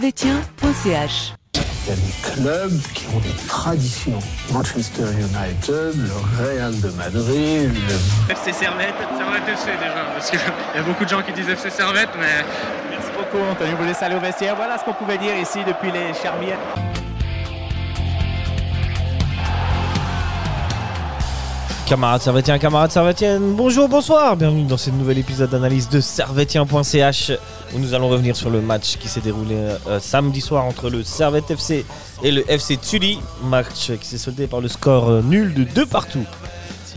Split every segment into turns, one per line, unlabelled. servetien.ch
Il y a des clubs qui ont des traditions. Manchester United, le Real de Madrid, le-
FC Servette. Servette FC déjà, parce qu'il y a beaucoup de gens qui disent FC Servette, mais
Merci beaucoup, Antonio Boulet, aller au vestiaire. Voilà ce qu'on pouvait dire ici depuis les Charmières.
Camarades Servetien, camarades Servetienne, bonjour, bonsoir, bienvenue dans ce nouvel épisode d'analyse de Servetien.ch où nous allons revenir sur le match qui s'est déroulé euh, samedi soir entre le Servette FC et le FC Tully, match qui s'est soldé par le score euh, nul de deux partout.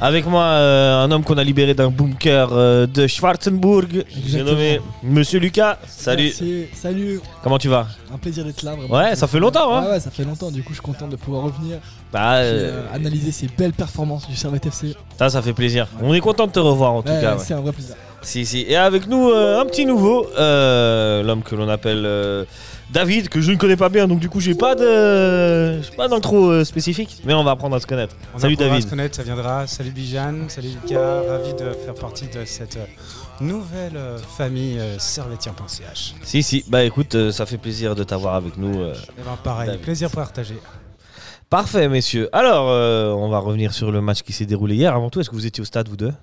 Avec moi, euh, un homme qu'on a libéré d'un bunker euh, de Schwarzenburg, j'ai
Exactement.
nommé Monsieur Lucas. Salut,
Merci, salut.
comment tu vas
Un plaisir d'être là. Vraiment.
Ouais, ça fait longtemps, hein
Ouais, ouais, ça fait longtemps. Du coup, je suis content de pouvoir revenir
Bah, euh,
et, euh, analyser ces belles performances du Servette FC.
ça, ça fait plaisir. On est content de te revoir en tout
Ouais,
cas. ouais.
c'est un vrai plaisir.
Si, si. Et avec nous, euh, un petit nouveau, euh, l'homme que l'on appelle euh, David, que je ne connais pas bien, donc du coup, j'ai pas de, j'ai pas d'intro euh, spécifique, mais on va apprendre à se connaître.
On
Salut
apprendra à
David.
se connaître, ça viendra. Salut Bijan, salut Lucas, ravi de faire partie de cette euh, nouvelle euh, famille euh, servetien.ch.
Si, si. Bah écoute, euh, ça fait plaisir de t'avoir avec nous. euh.
Et ben pareil,
David.
plaisir partagé.
Parfait, messieurs. Alors, euh, on va revenir sur le match qui s'est déroulé hier. Avant tout, est-ce que vous étiez au stade, vous deux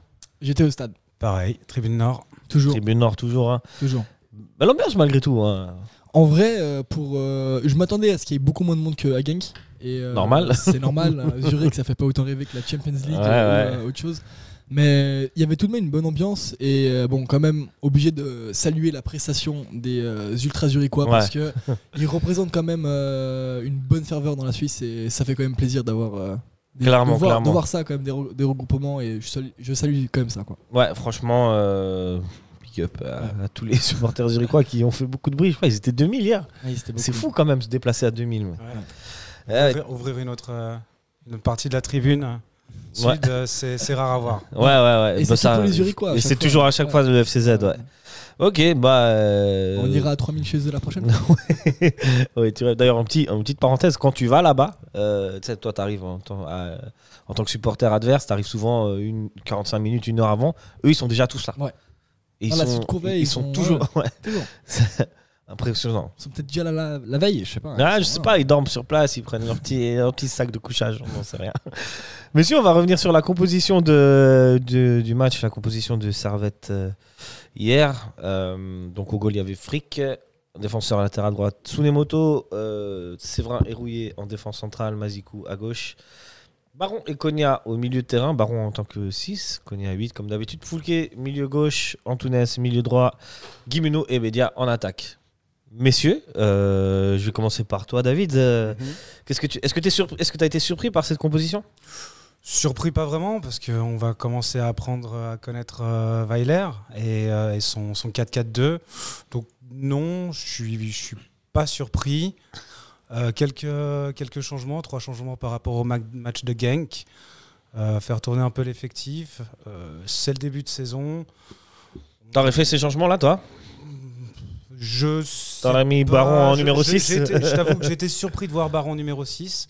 J'étais au stade.
Pareil, Tribune Nord.
Toujours,
Tribune Nord, toujours. Hein.
toujours.
Bah, L'ambiance, malgré tout. hein.
En vrai, euh, pour, euh, je m'attendais à ce qu'il y ait beaucoup moins de monde qu'à Genk. Et, euh,
Normal.
C'est normal. euh, Zurich, ça fait pas autant rêver que la Champions League
Ouais,
euh,
ouais.
ou, euh, autre chose. Mais il y avait tout de même une bonne ambiance. Et euh, bon, quand même, obligé de saluer la prestation des euh, ultra zurichois parce que ils représentent quand même euh, une bonne ferveur dans la Suisse. Et ça fait quand même plaisir d'avoir. euh, des-
Clairement,
de voir,
clairement.
de voir ça, quand même, des, re- des regroupements. Et je salue, je salue quand même ça. Quoi.
Ouais, franchement, euh, big up à, à tous les supporters zurichois qui ont fait beaucoup de bruit. Je crois qu'ils étaient 2000 hier. C'est fou quand même se déplacer à 2000. ouais. Euh,
Ouvrir, ouvrir une autre euh, une autre partie de la tribune. Sud,
Ouais.
euh, c'est c'est rare à voir.
Ouais, ouais, ouais.
Et
Bah,
c'est pour les Zurichois. à
Et
chaque
c'est
fois.
toujours à chaque fois le FCZ, ouais. Ok, bah. euh,
On ira à 3000 chez eux la prochaine.
ouais, tu rêves. D'ailleurs, en, petit, en petite parenthèse, quand tu vas là-bas, euh, tu sais, toi, t'arrives en, tant- à- en tant que supporter adverse, t'arrives souvent euh, une, 45 minutes, une heure avant. Eux, ils sont déjà tous là.
Ouais.
Et ils,
Dans la
sont,
suite Courbet,
ils,
ils
sont
sont-
toujours. ouais.
Toujours.
C'est Impressionnant.
Ils sont peut-être déjà là la, la veille, je sais pas. hein.
Ah, je sais pas, ils dorment sur place, ils prennent leur petit, leur petit sac de couchage, on n'en sait rien. Messieurs, on va revenir sur la composition de, de- du match, la composition de Servette euh, hier. Euh, donc au goal, il y avait Frick, défenseur latéral droit, Tsunemoto, euh, Séverin Hérouillé en défense centrale, Mazikou à gauche. Baron et Konya au milieu de terrain, Baron en tant que 6, Konya 8 comme d'habitude, Foulquet milieu gauche, Antunes milieu droit, Guimeno et Bedia en attaque. Messieurs, euh, je vais commencer par toi, David. Euh, qu'est-ce que tu, est-ce que tu as été surpris par cette composition
Surpris pas vraiment, parce qu'on va commencer à apprendre à connaître euh, Weiler et, euh, et son, son 4-4-2. Donc non, je suis, je suis pas surpris. Euh, quelques, quelques changements, trois changements par rapport au ma- match de Genk. Euh, faire tourner un peu l'effectif. Euh, C'est le début de saison.
T'aurais fait ces changements-là, toi
Je sais
T'aurais mis
pas,
Baron en
je-
numéro
j'ai-
6
j'étais- Je t'avoue que j'étais surpris de voir Baron numéro 6.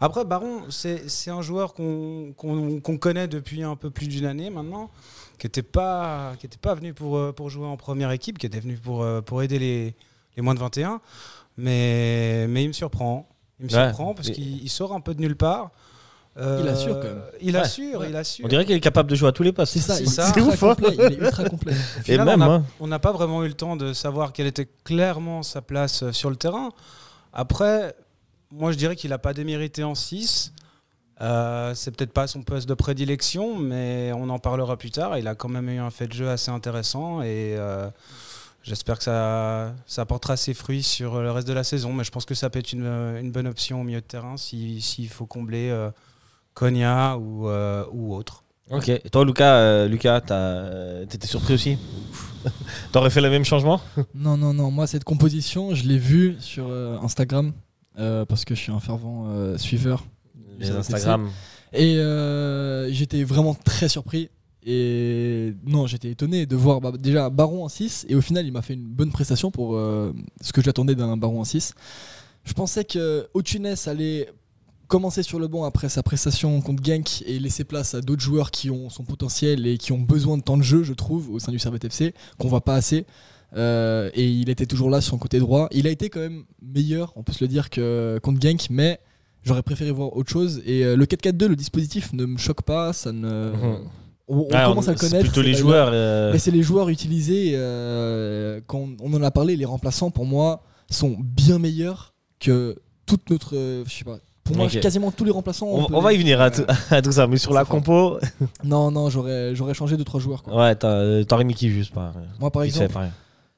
Après, Baron, c'est c'est un joueur qu'on qu'on- qu'on connaît depuis un peu plus d'une année maintenant, qui n'était pas, qui était pas venu pour, euh, pour jouer en première équipe, qui était venu pour, euh, pour aider les, les moins de 21. Mais, mais il me surprend. Il me
Ouais.
surprend parce
Mais-
qu'il il sort un peu de nulle part. Euh,
Il assure quand même.
Il
Ouais.
assure,
Ouais.
il assure.
On dirait qu'il est capable de jouer à tous les postes.
C'est ça,
C'est
il est
ça.
ultra
C'est ouf, hein.
complet, il est ultra complet.
Au
Et
final,
même,
on a-
hein.
on n'a pas vraiment eu le temps de savoir quelle était clairement sa place euh, sur le terrain. Après, moi je dirais qu'il n'a pas démérité en 6. Euh, c'est peut-être pas son poste de prédilection, mais on en parlera plus tard. Il a quand même eu un fait de jeu assez intéressant et euh, j'espère que ça, ça portera ses fruits sur euh, le reste de la saison. Mais je pense que ça peut être une, euh, une bonne option au milieu de terrain s'il si, s'il faut combler euh, Konya ou, euh, ou autre.
Ok. Et toi, Lucas, euh, Lucas, t'as, euh, t'étais surpris aussi T'aurais fait le même changement
Non, non, non, moi cette composition, je l'ai vue sur euh, Instagram euh, parce que je suis un fervent euh, suiveur. Les
Les
J'aurais fait
Instagram.
Et euh, j'étais vraiment très surpris. Et non, j'étais étonné de voir bah, déjà Baron en 6. Et au final, il m'a fait une bonne prestation pour euh, ce que j'attendais d'un Baron en 6. Je pensais que Otunes allait commencer sur le banc après sa prestation contre Genk et laisser place à d'autres joueurs qui ont son potentiel et qui ont besoin de temps de jeu, je trouve, au sein du Servette FC, qu'on voit pas assez. Euh, et il était toujours là sur son côté droit. Il a été quand même meilleur, on peut se le dire, que contre Genk, mais j'aurais préféré voir autre chose. Et euh, le 4-4-2, le dispositif ne me choque pas, ça ne.
Mhm.
On, on
Ah,
commence à le
C'est
connaître.
plutôt les
c'est-
joueurs. euh,
mais c'est les joueurs utilisés. euh, quand on en a parlé, les remplaçants, pour moi, sont bien meilleurs que toute notre. euh, je sais pas. Pour moi,
Ok.
quasiment tous les remplaçants.
on,
peut-
on va y venir à, tout, à tout ça, mais sur
Ça
la
fera.
compo,
Non, non, j'aurais j'aurais changé 2-3 joueurs. quoi.
ouais, t'as- euh, t'aurais mis qui juste par
Moi, par
il
exemple,
fait pareil.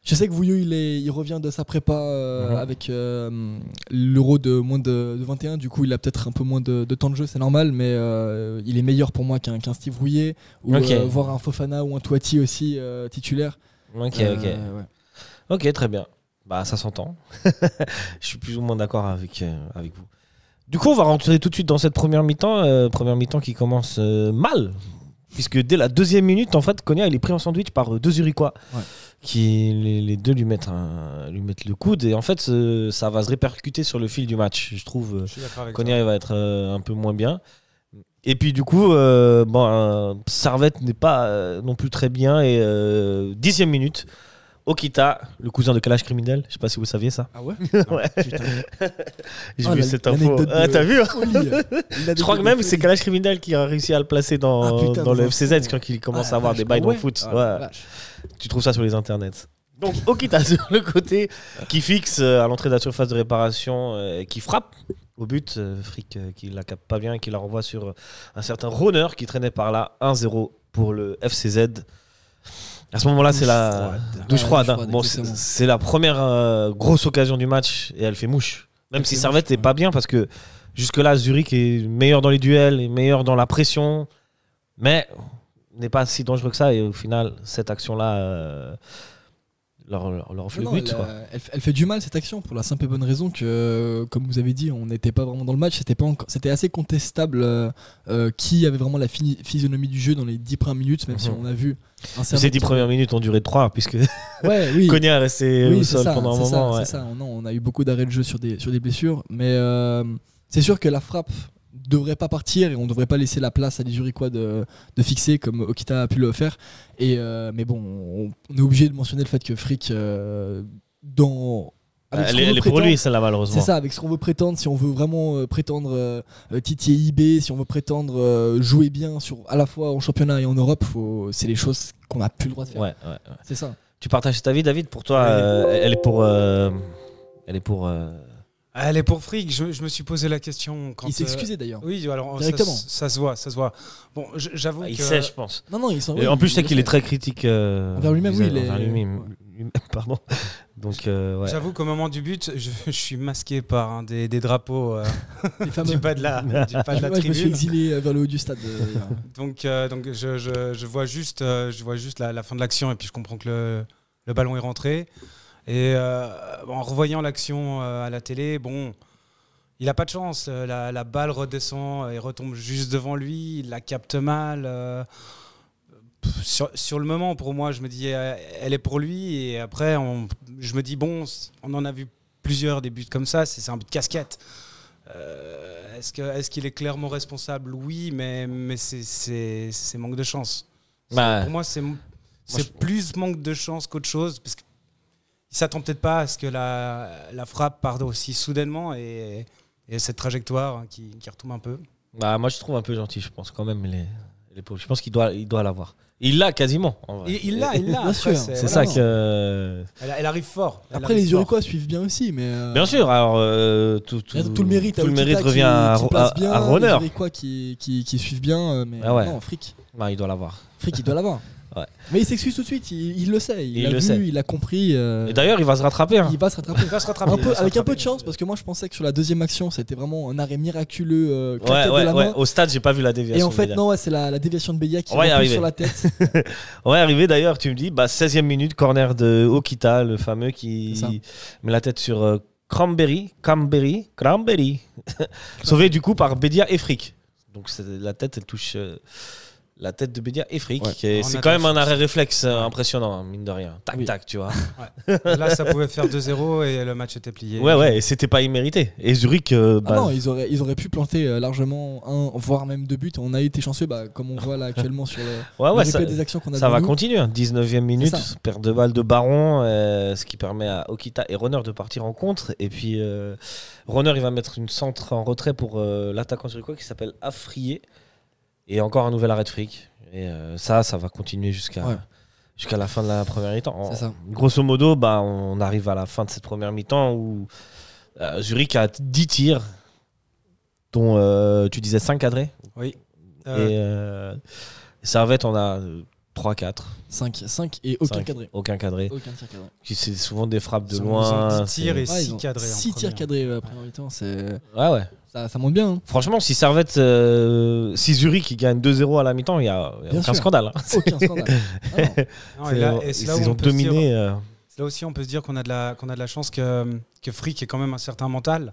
je sais que Vouillot, il, est, il revient de sa prépa euh,
Mhm.
avec euh, l'euro de moins de, de 21. Du coup, il a peut-être un peu moins de, de temps de jeu, c'est normal, mais euh, il est meilleur pour moi qu'un qu'un Steve Rouillet ou
Ok.
euh, voir un Fofana ou un Toiti aussi euh, titulaire.
Ok, ok.
Euh, ouais.
Ok, très bien. Bah, ça s'entend. Je suis plus ou moins d'accord avec, euh, avec vous. Du coup, on va rentrer tout de suite dans cette première mi-temps. euh, première mi-temps qui commence euh, mal. Puisque dès la deuxième minute, en fait, Konya, il est pris en sandwich par euh, deux Uriquois.
Ouais.
Qui, les, les deux lui mettent, un- lui mettent le coude. Et en fait, ce- ça va se répercuter sur le fil du match, je trouve. euh,
Je suis d'accord avec
Konya, il va être euh, un peu moins bien. Et puis du coup, euh, bon, euh, Servette n'est pas euh, non plus très bien. Et euh, dixième minute, Okita, le cousin de Kalash criminel, je sais pas si vous saviez ça.
Ah ouais
Ouais.
Putain.
J'ai
Ah,
vu
la-
cette info.
l'anecdote de-
Ah, T'as vu hein
Folie. Il a
Je crois
des-
que même
des
c'est
folies.
Kalash criminel qui a réussi à le placer dans,
Ah, putain,
dans le
dans un
FCZ
fond.
quand il commence
Ah,
à avoir
vache,
des bails
ah
dans le
ouais.
foot.
Ah,
Ouais.
la vache.
Tu trouves ça sur les internets. Donc Okita sur le côté qui fixe euh, à l'entrée de la surface de réparation euh, et qui frappe au but. euh, Frick euh, qui la capte pas bien et qui la renvoie sur euh, un certain Roner qui traînait par là. 1-0 pour le FCZ. À ce moment-là, c'est la douche
Ouais,
froide.
douche
hein.
froide,
Bon, c'est
exactement.
c'est la première euh, grosse occasion du match et elle fait mouche. Même
Elle
si
fait
Servette
mouche,
n'est
ouais.
pas bien parce que jusque-là, Zurich est meilleur dans les duels, est meilleur dans la pression, mais n'est pas si dangereux que ça. Et au final, cette action-là euh, leur, leur, leur offre
Non,
le
elle,
but. quoi.
euh, elle f- elle fait du mal cette action pour la simple et bonne raison que, euh, comme vous avez dit, on n'était pas vraiment dans le match. C'était pas encore- c'était assez contestable euh, euh, qui avait vraiment la physi- physionomie du jeu dans les 10 premières minutes, même si
Mhm.
on a vu. un
Ces
Servette
dix
qui-
premières minutes ont duré trois puisque
Ouais, euh, oui.
Konya est resté euh,
Oui,
au
c'est
sol
ça,
pendant un
c'est ça,
moment.
c'est
ouais.
ça. On, on a eu beaucoup d'arrêts de jeu sur des, sur des blessures, mais euh, c'est sûr que la frappe devrait pas partir et on devrait pas laisser la place à les Zurichois de, de fixer comme Okita a pu le faire. Et, euh, mais bon, on, on est obligé de mentionner le fait que Frick, euh, dans. avec
Elle,
ce qu'on
est- elle
veut
est pour
prétendre-
lui, celle-là, malheureusement.
c'est ça, avec ce qu'on veut prétendre, si on veut vraiment euh, prétendre euh, euh, titiller IB, si on veut prétendre euh, jouer bien sur, à la fois en championnat et en Europe, faut- c'est les choses qu'on n'a plus le droit de faire.
Ouais, ouais, ouais.
C'est ça.
Tu partages cet avis, David Pour toi, euh, elle est pour. euh, elle est pour. euh,
Elle est pour fric. Je, je me suis posé la question quand.
Ils
euh,
s'excusaient d'ailleurs.
Oui, alors ça,
Directement.
ça se voit, ça se voit. Bon, j- j'avoue
Ah, il
que
sait, je pense.
Non, non, ils sont.
Et en plus, je sais qu'il est très critique. euh,
Envers lui-même, oui,
vis-à-vis-
il est-
envers lui-même,
ouais.
lui-même, pardon. Donc, euh, ouais.
j'avoue qu'au moment du but, je, je suis masqué par un des, des drapeaux euh,
Les fameux.
du bas de la, du bas de la
Moi, je me suis
tribune.
exilé euh, vers le haut du stade. euh, hier.
Donc, euh, donc je, je- je vois juste, euh, je vois juste la, la fin de l'action et puis je comprends que le, le ballon est rentré. Et euh, en revoyant l'action euh, à la télé, bon, il n'a pas de chance. Euh, La, la balle redescend et retombe juste devant lui. Il la capte mal. euh, pff, sur, sur le moment, pour moi, je me dis, euh, elle est pour lui. Et après, on- je me dis, bon, c- on en a vu plusieurs des buts comme ça. C'est c'est un but de casquette. Euh, est-ce que- est-ce qu'il est, clairement responsable Oui, mais, mais c'est- c'est c'est manque de chance. C'est-
Bah,
pour moi, c'est c'est
je-
plus manque de chance qu'autre chose. Parce qu'il s'attend peut-être pas à ce que la, la frappe parte aussi soudainement et, et cette trajectoire hein, qui, qui retombe un peu.
Bah, moi, je trouve un peu gentil, je pense, quand même, les, les pauvres. Je pense qu'il doit il doit l'avoir. Il l'a quasiment. en vrai.
Il il l'a, il l'a.
Bien
Après,
sûr.
c'est-
C'est ça
voilà.
que.
Elle, elle arrive fort. Elle
Après,
arrive
les
fort.
Uriquois suivent bien aussi, mais. euh,
Bien sûr, alors. euh, tout,
il y a Tout le mérite,
tout le
Aokita
mérite
qui-
revient
qui
à,
place
à-
bien,
à
les
Runner.
Uriquois qui, qui, qui suivent bien, euh, mais
Ah ouais.
non, fric.
Bah, il doit l'avoir.
Fric, il doit l'avoir.
Ouais.
Mais il s'excuse tout de suite, il, il le sait. Il,
Il
a
le
vu,
sait.
il a compris. euh,
Et d'ailleurs, il va se rattraper. hein.
il va se rattraper.
Il va se rattraper.
Un
il va
peu,
se
avec un peu
rattraper.
de chance, parce que moi je pensais que sur la deuxième action, c'était vraiment un arrêt miraculeux, euh,
Ouais,
claquette de
ouais,
la
ouais.
main.
Au stade, j'ai pas vu la déviation.
Et en fait,
d'ailleurs.
non, ouais, c'est la, la déviation de Beya qui
On va y
repose
arriver.
sur la tête.
Ouais, arrivé d'ailleurs, tu me dis, bah, 16e minute, corner de Okita, le fameux qui
C'est ça.
met la tête sur euh, Cranberry, Cranberry, Cranberry, sauvé du coup par Bedia et Frick. Donc c'est- la tête, elle touche euh, la tête de Bédia et Frick.
Ouais.
qui est-
En
C'est quand même un
attaque.
arrêt réflexe euh, impressionnant, hein, mine de rien. Tac,
Oui.
tac, tu vois.
Là, ça pouvait faire 2-0 et le match était plié.
Ouais, ouais, et c'était pas immérité. Et Zurich, euh,
Ah
bah,
non, ils auraient, ils auraient pu planter euh, largement un, voire même deux buts. On a été chanceux, bah, comme on voit là actuellement sur le,
ouais,
le
Ah ouais,
replay
ça,
des actions qu'on a
ça
devant
va
nous.
continuer. hein. 19e minute,
ça.
perte de balle de Baron, euh, ce qui permet à Okita et Runner de partir en contre. Et puis, euh, Runner, il va mettre une centre en retrait pour euh, l'attaquant zurichois qui s'appelle Afrié. Et encore un nouvel arrêt de Frick. Et euh, ça, ça va continuer jusqu'à.
Ouais.
Jusqu'à la fin de la première mi-temps. En-
C'est ça.
Grosso modo, bah, on arrive à la fin de cette première mi-temps où euh, Zurich a 10 tirs, dont euh, tu disais 5 cadrés.
Oui. Euh,
Et euh, Servette, on a euh, 3-4.
5, 5 et aucun
Cinq.
cadré.
Aucun cadré.
Aucun tir cadré. Ah,
Qui- C'est souvent des frappes de
ils ont- Ils
loin.
ont 10 tirs
c'est-
et 6 cadrés.
6 tirs cadrés euh, première mi-temps, c'est-
Ouais, ouais.
ça, ça monte bien. hein.
Franchement, si Servette, euh, si Zurich il gagne 2-0 à la mi-temps, il n'y a, il y a
Bien
aucun
sûr.
scandale. hein.
Aucun scandale. Ah non.
cadrés.
ils ont dominé. euh,
Là aussi, on peut se dire qu'on a de la, qu'on a de la chance que, que Frick ait quand même un certain mental.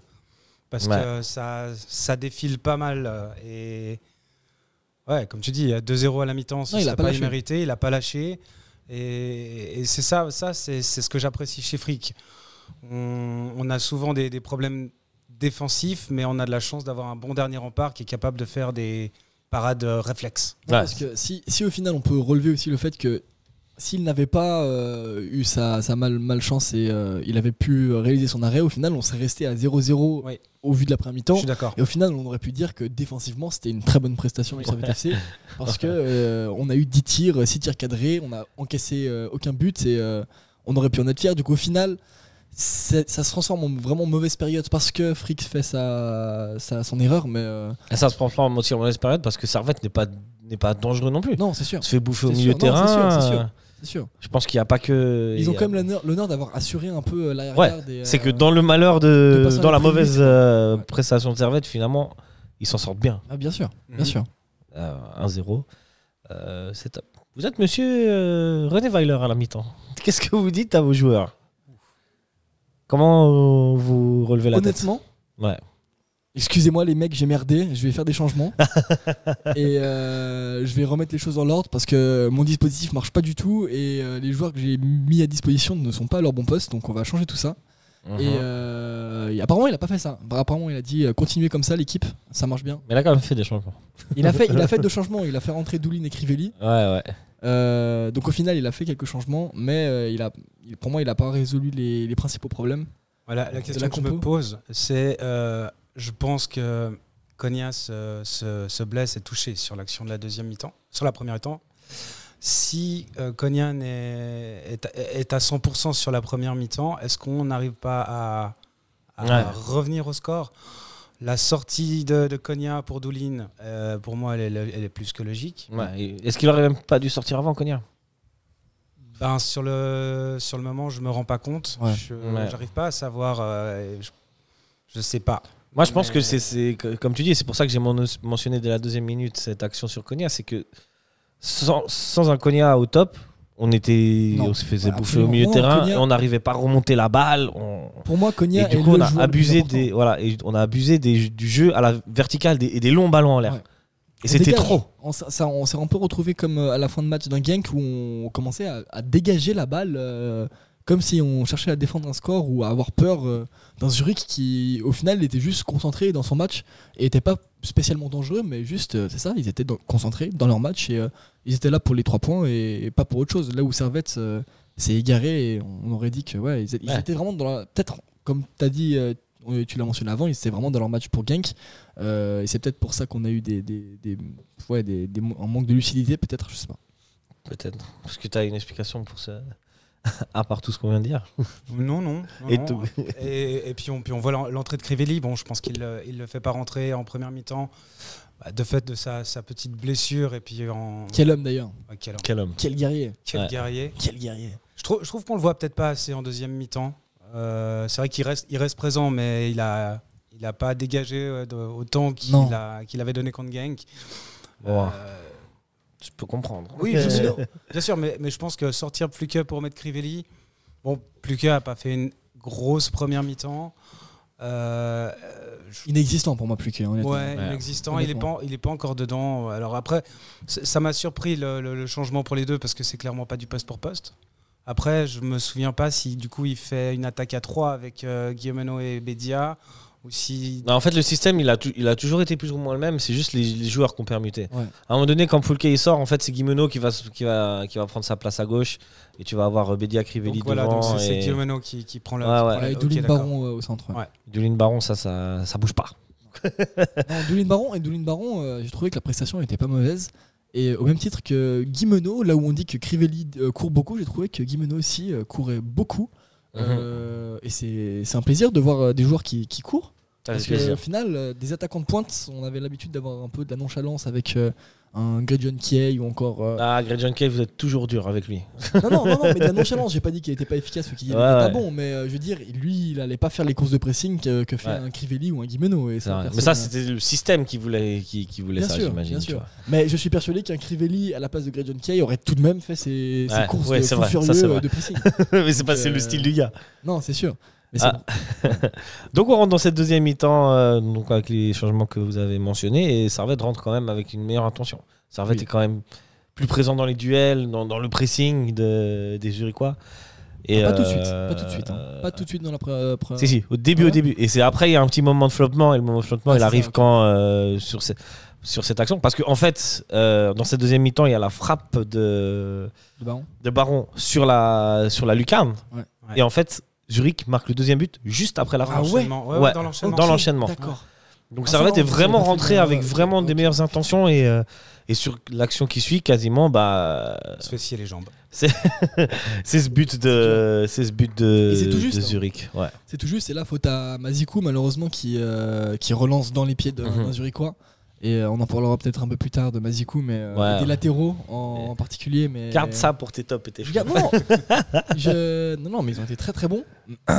Parce
Ouais.
que ça, ça défile pas mal. euh, Et ouais, comme tu dis, 2-0 à la mi-temps,
Non,
ça
il a
serait
pas
pas
lâché.
immérité, il n'a pas lâché. Et, et c'est ça, ça c'est c'est ce que j'apprécie chez Frick. On, on a souvent des, des problèmes défensifs, mais on a de la chance d'avoir un bon dernier rempart qui est capable de faire des parades euh, réflexes.
Ouais.
Non, Parce que si, si au final on peut relever aussi le fait que s'il n'avait pas euh, eu sa, sa mal, malchance et euh, il avait pu réaliser son arrêt, au final on serait resté à 0-0
Ouais.
au vu de la première
Je
mi-temps.
suis d'accord.
Et au final on aurait pu dire que défensivement c'était une très bonne prestation du Servette FC parce que euh, on a eu 10 tirs, 6 tirs cadrés, on a encaissé euh, aucun but et euh, on aurait pu en être fier. Donc au final c'est- ça se transforme en vraiment mauvaise période parce que Frick fait sa, sa- son erreur, mais euh,
Et ça se prend pas en moitié mauvaise période parce que Servette n'est pas, n'est pas dangereux non plus.
non c'est sûr,
On se fait bouffer au
C'est
milieu
sûr,
de
non,
terrain.
c'est sûr, c'est sûr.
euh,
c'est sûr.
Je pense qu'il n'y a pas que.
Ils ont
il y a-
quand même l'honneur- l'honneur d'avoir assuré un peu euh, l'arrière-garde. et, euh,
C'est que dans le malheur,
de
de,
passer à
dans la
la première
mauvaise
mi-temps.
euh,
Ouais.
prestation de Servette, finalement, ils s'en sortent bien.
Ah, bien sûr,
Mhm.
bien sûr.
Euh, 1-0. Euh, c'est top. Vous êtes monsieur euh, René Weiler à la mi-temps. Qu'est-ce que vous dites à vos joueurs Comment euh, vous relevez la tête
Honnêtement,
Ouais.
excusez-moi les mecs, j'ai merdé, je vais faire des changements. et euh, je vais remettre les choses dans l'ordre parce que mon dispositif marche pas du tout et euh, les joueurs que j'ai mis à disposition ne sont pas à leur bon poste, donc on va changer tout ça.
Mhm.
Et euh, et apparemment, il a pas fait ça. Apparemment, il a dit euh, continuez comme ça l'équipe, ça marche bien.
Mais il a quand même fait des changements.
Il a fait, il a fait deux changements, il a fait rentrer Doulin et Crivelli.
Ouais, ouais.
Euh, donc au final, il a fait quelques changements, mais euh, il a, il- pour moi, il n'a pas résolu les, les principaux problèmes.
Voilà, la question
la
que je me
compo.
pose, c'est euh, je pense que Cognas se, se- se blesse et touché sur l'action de la deuxième mi-temps, sur la première mi-temps. Si euh, Konya n'est- est, est, à 100% sur la première mi-temps, est-ce qu'on n'arrive pas à, à
Ouais.
revenir au score La sortie de, de Konya pour Doulin, euh, pour moi, elle est, elle est plus que logique.
Ouais, et- Est-ce qu'il aurait même pas dû sortir avant, Cognard
Ben, sur, le, sur le moment, je me rends pas compte.
Ouais.
Je
Ouais.
J'arrive pas à savoir. euh, je, je sais pas.
Moi, je pense
Mais-
que c'est- c'est, que- comme tu dis, c'est pour ça que j'ai mon- mentionné dès la deuxième minute cette action sur Konya, c'est que sans, sans un Konya au top, on était,
Non.
on se faisait
Ouais,
bouffer au milieu de
absolument. Non,
terrain,
Konya-
et on n'arrivait pas à remonter la balle. on-
Pour moi,
Et
Konya
du
est
coup,
le
on a
joueur le plus
abusé
important.
des, voilà, et on a abusé des, du jeu à la verticale des- et des longs ballons en l'air.
Ouais.
Et
On
c'était
dégage.
trop.
On, s- ça, on s'est un peu retrouvé comme euh, à la fin de match d'un gank où on commençait à, à dégager la balle euh, comme si on cherchait à défendre un score ou à avoir peur euh, d'un Zurich qui, au final, était juste concentré dans son match et était pas spécialement dangereux, mais juste, euh, c'est ça, ils étaient dans- concentrés dans leur match et euh, ils étaient là pour les trois points et, et pas pour autre chose. Là où Servette euh, s'est égaré, et on, on aurait dit que ouais, ils, é- ils
Ouais.
étaient vraiment dans la. Peut-être, comme tu as dit. euh, euh, tu l'as mentionné avant, ils étaient vraiment dans leur match pour gank. Euh, et c'est peut-être pour ça qu'on a eu des, des, des- ouais, des, des mo- un manque de lucidité, peut-être, je sais pas.
Peut-être. Parce que tu as une explication pour ça. à part tout ce qu'on vient de dire.
Non, non. non,
Et
non.
tout.
Et- et puis, on, puis on voit l'en- l'entrée de Crivelli. Bon, je pense qu'il ne le fait pas rentrer en première mi-temps. Bah, de fait, de sa, sa petite blessure. Et puis en.
Quel homme d'ailleurs
Ah, quel,
Quel homme.
Quel guerrier
quel
Ouais.
guerrier.
Quel guerrier
Je trouve, je trouve qu'on le voit peut-être pas assez en deuxième mi-temps. Euh, c'est vrai qu'il reste, il reste présent, mais il a. Il n'a pas dégagé euh, de- autant qu'il
Non.
a- qu'il avait donné contre Genk.
Bon,
Euh,
je peux comprendre.
Oui, bien sûr, bien sûr mais, mais je pense que sortir Pluquet pour mettre Crivelli, bon, Pluquet n'a pas fait une grosse première mi-temps. Euh, je-
Inexistant pour moi, plus qu'un. honnêtement.
Ouais, inexistant. Il n'est
Honnêtement.
pas, il est pas encore dedans. Alors après, c- ça m'a surpris le, le- le changement pour les deux parce que c'est clairement pas du poste pour poste. Après, je me souviens pas si du coup il fait une attaque à 3 avec euh, Guillaume Heno et Bedia ou si.
Non, en fait, le système, il a, tou- il a toujours été plus ou moins le même. C'est juste les, les joueurs qu'on permuté.
Ouais.
À un moment donné, quand Foulke il sort, en fait, c'est Guimeno qui va, s- qui, va, qui va prendre sa place à gauche. Et tu vas avoir euh, Bedia Crivelli
Donc voilà,
devant.
donc c'est- c'est
et
Guillaume Heno qui, qui prend la.
Ouais,
qui
ouais.
prend la-
Voilà, et
ok,
Doulin
d'accord.
Baron euh, au centre. ouais.
Ouais.
Doulin Baron, ça, ça, ça bouge pas.
Non, Doulin Baron et Doulin Baron, euh, j'ai trouvé que la prestation était pas mauvaise. Et au même titre que Guimeno, là où on dit que Crivelli euh, court beaucoup, j'ai trouvé que Guimeno aussi euh, courait beaucoup. Euh, et c'est c'est un plaisir de voir euh, des joueurs qui, qui courent.
Ça
Parce
fait
que,
plaisir.
au final, euh, des attaquants de pointe, on avait l'habitude d'avoir un peu de la nonchalance avec euh, un Grédion Kiei ou encore. euh,
Ah, Greg Junkel, vous êtes toujours dur avec lui.
Non, non, non, non, mais de la nonchalance, j'ai pas dit qu'il était pas efficace ou qu'il
Ouais,
était pas
ouais.
bon, mais euh, je veux dire, lui, il allait pas faire les courses de pressing que, que fait
Ouais.
un Crivelli ou un Guimeno. Et
C'est vrai. Mais
personne-
ça, c'était le système qui voulait, qui, qui voulait
Bien
ça,
sûr,
j'imagine.
bien
tu
sûr.
vois.
Mais je suis persuadé qu'un Crivelli à la place de Greg John Kay aurait tout de même fait ses, ses
Ouais,
courses
ouais,
de
c'est
fou
vrai, ça,
furieux
c'est
euh,
vrai.
de pressing.
Mais c'est pas
Donc,
c'est
euh,
le style du gars.
non, c'est sûr. Mais c'est
Ah. Donc on rentre dans cette deuxième mi-temps euh, donc avec les changements que vous avez mentionnés et Servette rentre quand même avec une meilleure intention. Servette
Oui.
est quand même plus présent dans les duels, dans, dans le pressing de, des Zurichois. Et,
Ah, pas tout de
euh,
suite, pas tout de suite, hein. pas tout de suite dans la pre- pre-
Si, si, au début,
Ah
au
ouais
début. Et c'est après, il y a un petit moment de flottement. Et le moment de flottement,
Ah,
il
c'est
arrive
ça, ok.
quand euh, sur, ce- sur cette action Parce qu'en en fait, euh, dans cette deuxième mi-temps, il y a la frappe de,
de Baron.
de Baron sur la, sur la lucarne.
Ouais. Ah
Ouais.
Et en fait, Zurich marque le deuxième but juste après la
Dans
frappe.
l'enchaînement. Ouais, ouais,
Ah Ouais.
dans l'enchaînement.
Dans l'enchaînement.
D'accord.
Donc
Ah,
Servette
ça,
est
non, je
vraiment
l'ai pas fait,
rentré
mais,
avec
euh,
vraiment des
ok.
meilleures intentions et, euh, et sur l'action qui suit, quasiment, bah, euh,
Il se fait scier les jambes.
c'est ce but de, c'est ce but de,
Et c'est tout
de
juste, hein.
Zurich. Ouais.
C'est tout juste, et là, faute à Mazikou, malheureusement, qui, euh, qui relance dans les pieds d'un
Mhm.
d'un Zurichois. Et euh, on en parlera peut-être un peu plus tard de Mazikou, mais euh,
Ouais.
et des latéraux en, en particulier. Mais...
Garde ça pour tes tops et tes
Je
flops.
garde- non, je- non, non, mais ils ont été très très bons.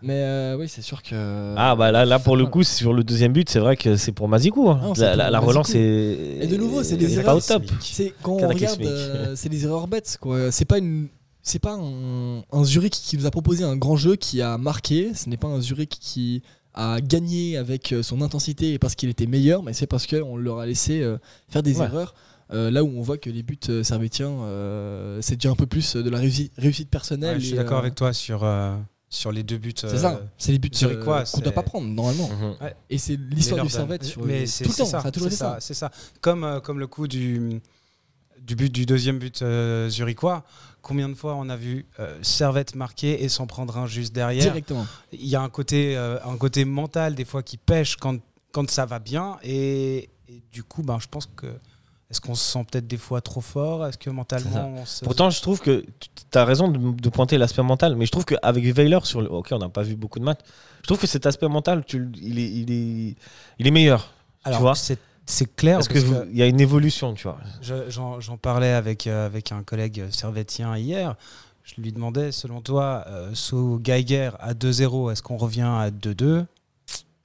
mais euh, oui, c'est sûr que.
Ah bah là, là pour le
Voilà.
coup sur le deuxième but c'est vrai que c'est pour Mazikou. hein.
Non, c'est
la,
pour
la- la
Mazikou.
relance est
Et de nouveau, c'est
est
des
pas
erreurs
au top.
C'est quand on regarde,
Cataclysmique.
euh, c'est des erreurs bêtes. quoi. C'est pas une, c'est pas un, un Zurich qui nous a proposé un grand jeu qui a marqué. Ce n'est pas un Zurich qui a gagné avec euh, son intensité et parce qu'il était meilleur, mais c'est parce qu'on leur a laissé euh, faire des
Ouais.
erreurs. Euh, là où on voit que les buts euh, servétiens, euh, c'est déjà un peu plus euh, de la réusi- réussite personnelle.
Ouais, je suis
et,
d'accord
euh,
avec toi sur, euh, sur les deux buts.
C'est
euh,
ça, c'est les buts euh,
Zurichois,
qu'on doit
c'est-
pas prendre normalement.
Mhm.
Et c'est l'histoire du
Leonard Dan.
servette sur
Mais
tout
c'est
le
c'est
temps,
ça,
ça a toujours
c'est
été ça.
ça, c'est ça. Comme, euh, comme le coup du, du but du deuxième but euh, zurichois, combien de fois on a vu euh, Servette marquer et s'en prendre un juste derrière
Directement.
Il y a un côté, euh, un côté mental des fois qui pêche quand, quand ça va bien. Et, et du coup, ben, je pense que. Est-ce qu'on se sent peut-être des fois trop fort Est-ce que
C'est ça.
mentalement on se.
Pourtant je trouve que tu as raison de, de pointer l'aspect mental mais je trouve qu'avec Weiler sur le... ok on n'a pas vu beaucoup de matchs je trouve que cet aspect mental tu le- il, est, il, est, il est meilleur
Alors,
tu vois
c'est c'est clair.
parce que
parce que-
vous- il y a une évolution tu vois.
Je- J'en j'en parlais avec, euh, avec un collègue servetien hier. Je lui demandais, selon toi, euh, sous Geiger à 2-0, est-ce qu'on revient à 2-2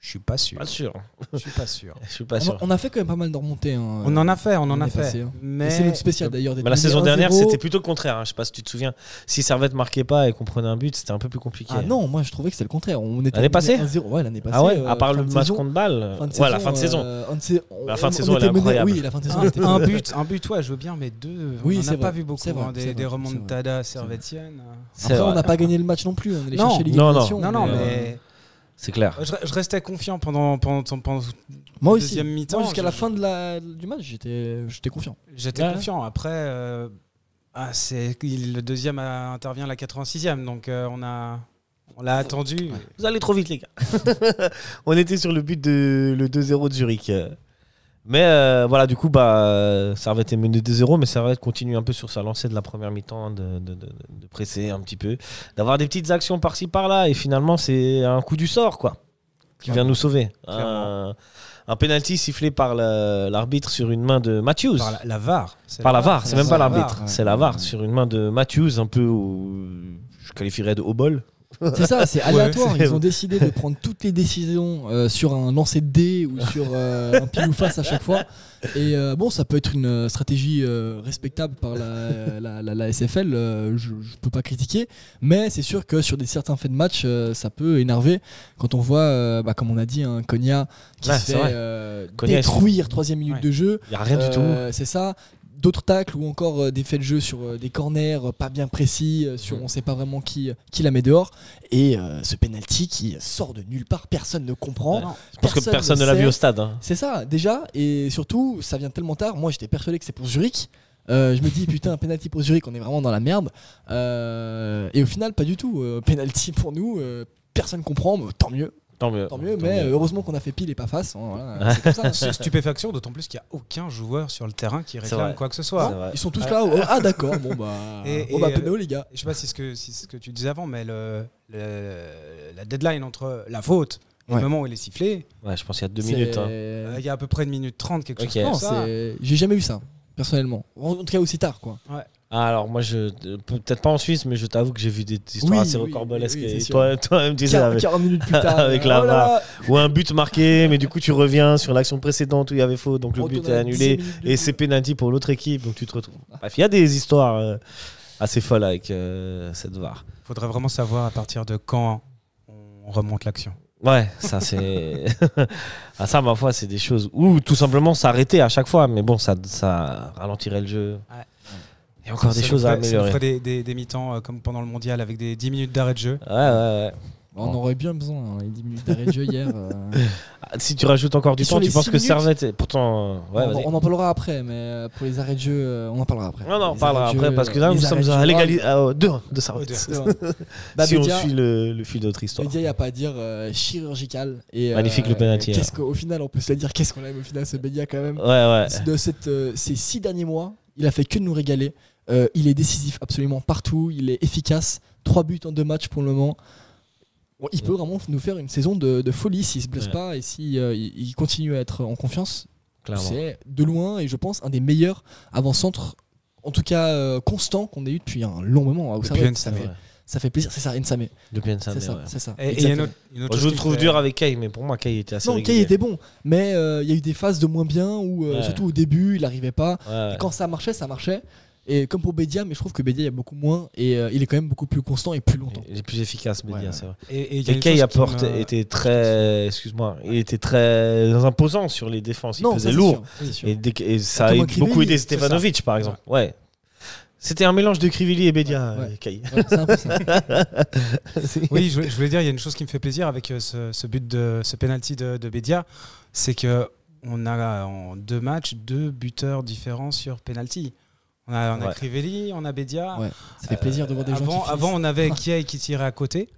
Je suis pas sûr.
Pas sûr.
Je suis pas sûr.
Je suis pas
On,
sûr.
on a fait quand même pas mal de remontées. hein.
On en a fait, on en
on
a
est passé,
fait.
hein. Et C'est
Mais
notre spécial d'ailleurs. d'être
Mais la
mené
saison
1-0.
dernière, c'était plutôt le contraire. hein. Je sais pas si tu te souviens. Si Servette marquait pas et qu'on prenait un but, c'était un peu plus compliqué.
Ah non, moi je trouvais que c'est le contraire. On était
L'année passée
1-0. Ouais, l'année passée.
Ah ouais,
euh,
à part
fin
le
de
match
saison,
contre Bâle.
fin de
Ouais, la
saison,
fin de saison.
euh, on ne sait- on-
La fin de
on
saison, elle
était
est
mené-
incroyable.
Oui, la fin de saison. on était
un, un
mené.
but, un but, ouais, je veux bien, mais deux.
Oui,
on
c'est
n'a pas
vrai,
vu beaucoup
c'est vrai,
hein,
c'est
des,
vrai,
des
c'est
remontadas servétiennes.
C'est
Après, on
vrai.
n'a pas gagné le match non plus. On allait
Non,
chercher
non,
l'élimination.
Non, non,
mais,
mais
C'est clair.
je, je restais confiant pendant, pendant, pendant-
euh, Moi
le
aussi.
deuxième mi-temps,
Moi, Jusqu'à
je-
la fin de la- du match, j'étais j'étais confiant.
J'étais
Ouais.
confiant. Après, euh, ah, c'est, il- le deuxième euh, intervient à la 86e, donc euh, on a. On l'a attendu.
Vous allez trop vite, les gars. on était sur le but de le 2-0 de Zurich. Mais euh, voilà, du coup, bah, euh, Servette est mené 2-0, mais Servette continue un peu sur sa lancée de la première mi-temps, de, de- de- de presser un petit peu, d'avoir des petites actions par-ci par-là, et finalement, c'est un coup du sort, quoi, qui vient nous sauver.
Clairement.
Un, un penalty sifflé par la- l'arbitre sur une main de Matthews.
Par la, la VAR. c'est
Par la VAR, c'est même
c'est
pas
la
l'arbitre,
VAR,
c'est la VAR sur une main de Matthews, un peu, au- je qualifierais de haut bol.
C'est ça, c'est aléatoire.
c'est-
Ils ont décidé de prendre toutes les décisions euh, sur un lancer de dés ou sur euh, un pile ou face à chaque fois. Et euh, bon, ça peut être une euh, stratégie euh, respectable par la, la, la- la SFL, euh, je ne peux pas critiquer. Mais c'est sûr que sur des certains faits de match, euh, ça peut énerver quand on voit, euh, bah, comme on a dit, un Konya qui
Ouais,
se
c'est
fait
vrai.
euh,
Konya,
détruire troisième minute
Ouais.
de jeu.
Il n'y a rien du tout.
Euh, C'est ça. D'autres tacles ou encore euh, des faits de jeu sur euh, des corners euh, pas bien précis, euh,
Mm.
sur on sait pas vraiment qui, qui la met dehors. Et euh, ce penalty qui sort de nulle part, personne ne comprend.
Ouais. Je pense Bah que personne ne l'a
sait.
vu au stade. hein.
C'est ça, déjà. Et surtout, ça vient tellement tard. Moi, j'étais persuadé que c'est pour Zurich. Euh, je me dis, putain, penalty pour Zurich, on est vraiment dans la merde. Euh, et au final, pas du tout. Euh, penalty pour nous, euh, personne comprend, mais tant mieux.
Euh, Tant mieux.
Tant mieux, mais euh, heureusement qu'on a fait pile et pas face. hein, voilà, c'est comme ça.
C'est stupéfaction, d'autant plus qu'il n'y a aucun joueur sur le terrain qui
vrai.
réclame quoi que ce
C'est
soit.
vrai.
Ils sont tous là. oh, ah, d'accord, bon bah.
Et-
bon bah,
et, euh,
péno, les gars.
Je sais pas si c'est ce que, si c'est ce que tu disais avant, mais le, le- la deadline entre la faute et
Ouais.
le moment où elle est sifflée,
Ouais, je pense qu'il y a deux
C'est-
minutes. hein.
euh, il y a à peu près une minute trente, quelque
Ok.
chose
Non,
comme ça.
c'est- J'ai jamais vu ça, personnellement. En en tout cas, aussi tard, quoi.
Ah, alors moi, je euh, peut-être pas en Suisse, mais je t'avoue que j'ai vu des histoires
Oui,
assez
oui,
rocambolesques.
oui, oui,
et
c'est
toi, toi, me disais,
40,
avec-
40 minutes plus tard.
avec
euh,
la
oh là
barre.
là,
ou un but marqué, mais du coup tu reviens sur l'action précédente où il y avait faux, donc le
retourne
but est
à la
annulé
10e minute
et
de
c'est
jeu. Ah.
penalty pour l'autre équipe, donc tu te retrouves. Bref, il y a des histoires euh, assez folles avec euh, cette VAR.
faudrait vraiment savoir à partir de quand on remonte l'action.
Ouais, ça c'est. ah, ça, ma foi, c'est des choses. Ou tout simplement s'arrêter à chaque fois, mais bon, ça, ça ralentirait le jeu.
Ouais.
Il y a encore
Ça
des
nous
choses à
ferait- ça nous
améliorer.
ferait des, des- des mi-temps euh, comme pendant le mondial avec des 10 minutes d'arrêt de jeu.
Ouais, ouais, ouais.
On en aurait bien besoin, hein, les 10 minutes d'arrêt de jeu hier. euh.
Ah, Si tu rajoutes encore du
Et sur
temps, tu
les
penses
six
que
minutes
Servette. est- Pourtant, euh, ouais,
on,
vas-y.
on en parlera après, mais euh, pour les arrêts de jeu, euh, on en parlera après.
Non, non, on
Les
parlera
arrêts de
après
jeu,
parce que là, nous
les
sommes
arrêts de
à
jeu,
l'égalité. à deux de Servette.
c'est vrai. Bah,
si on
Bedia-
suit le, le fil de notre histoire.
Bedia, il n'y a pas à dire euh, chirurgical. Et, euh,
Magnifique, le hein. penalty,
Qu'est-ce qu'au final, on peut se le dire Qu'est-ce qu'on aime au final, ce Bedia quand même
Ouais, ouais.
de cette, euh, ces six derniers mois, il a fait que de nous régaler. Euh, il est décisif absolument partout. Il est efficace. Trois buts en deux matchs pour le moment. Bon, il peut vraiment nous faire une saison de, de folie s'il se blesse
Ouais.
pas et si euh, il il continue à être en confiance.
Clairement.
C'est de loin et je pense un des meilleurs avant-centre, en tout cas euh, constant qu'on ait eu depuis un long moment. à Auxerre.
Depuis
ça,
Ensamé.
fait, ça fait plaisir. C'est ça, Nsamé.
Depuis Ensamé,
C'est ça,
ouais.
c'est ça.
Et- Et il y a une autre, une autre
Bon, je
chose
le
qui me
trouve
fait-
dur avec Kay, mais pour moi, Kay était assez
Non, Kay
régulier.
était bon, mais euh, il y a eu des phases de moins bien où, euh,
Ouais.
surtout au début, il n'arrivait pas.
Ouais, ouais.
Et quand ça marchait, ça marchait. Et comme pour Bedia, mais je trouve que Bedia, il y a beaucoup moins et euh, il est quand même beaucoup plus constant et plus longtemps.
Il est plus efficace, Bedia,
Ouais, ouais.
c'est vrai.
Et, et il y a
Et
une
Kay
chose
apporte,
qui me-
était très, excuse-moi, il était très imposant sur les défenses. Il
Non, ça,
pesait
c'est
lourd.
sûr, c'est sûr.
Et, dès que- et ça a
Thomas
aidé- beaucoup
Crivelli,
aidé
c'est ça.
Stefanovic, par exemple. Ouais. C'était un mélange de Crivelli et Bedia,
Ouais, ouais.
euh, Kay.
Ouais, c'est un peu ça.
Oui, je, voulais- je voulais dire, il y a une chose qui me fait plaisir avec euh, ce, ce but de ce penalty de, de Bedia, c'est que on a en deux matchs deux buteurs différents sur penalty. On a, on a
Ouais.
Crivelli, on a Bedia.
Ouais, ça fait plaisir de voir des gens.
avant,
qui
avant,
finissent.
on avait Kiei qui tirait à côté.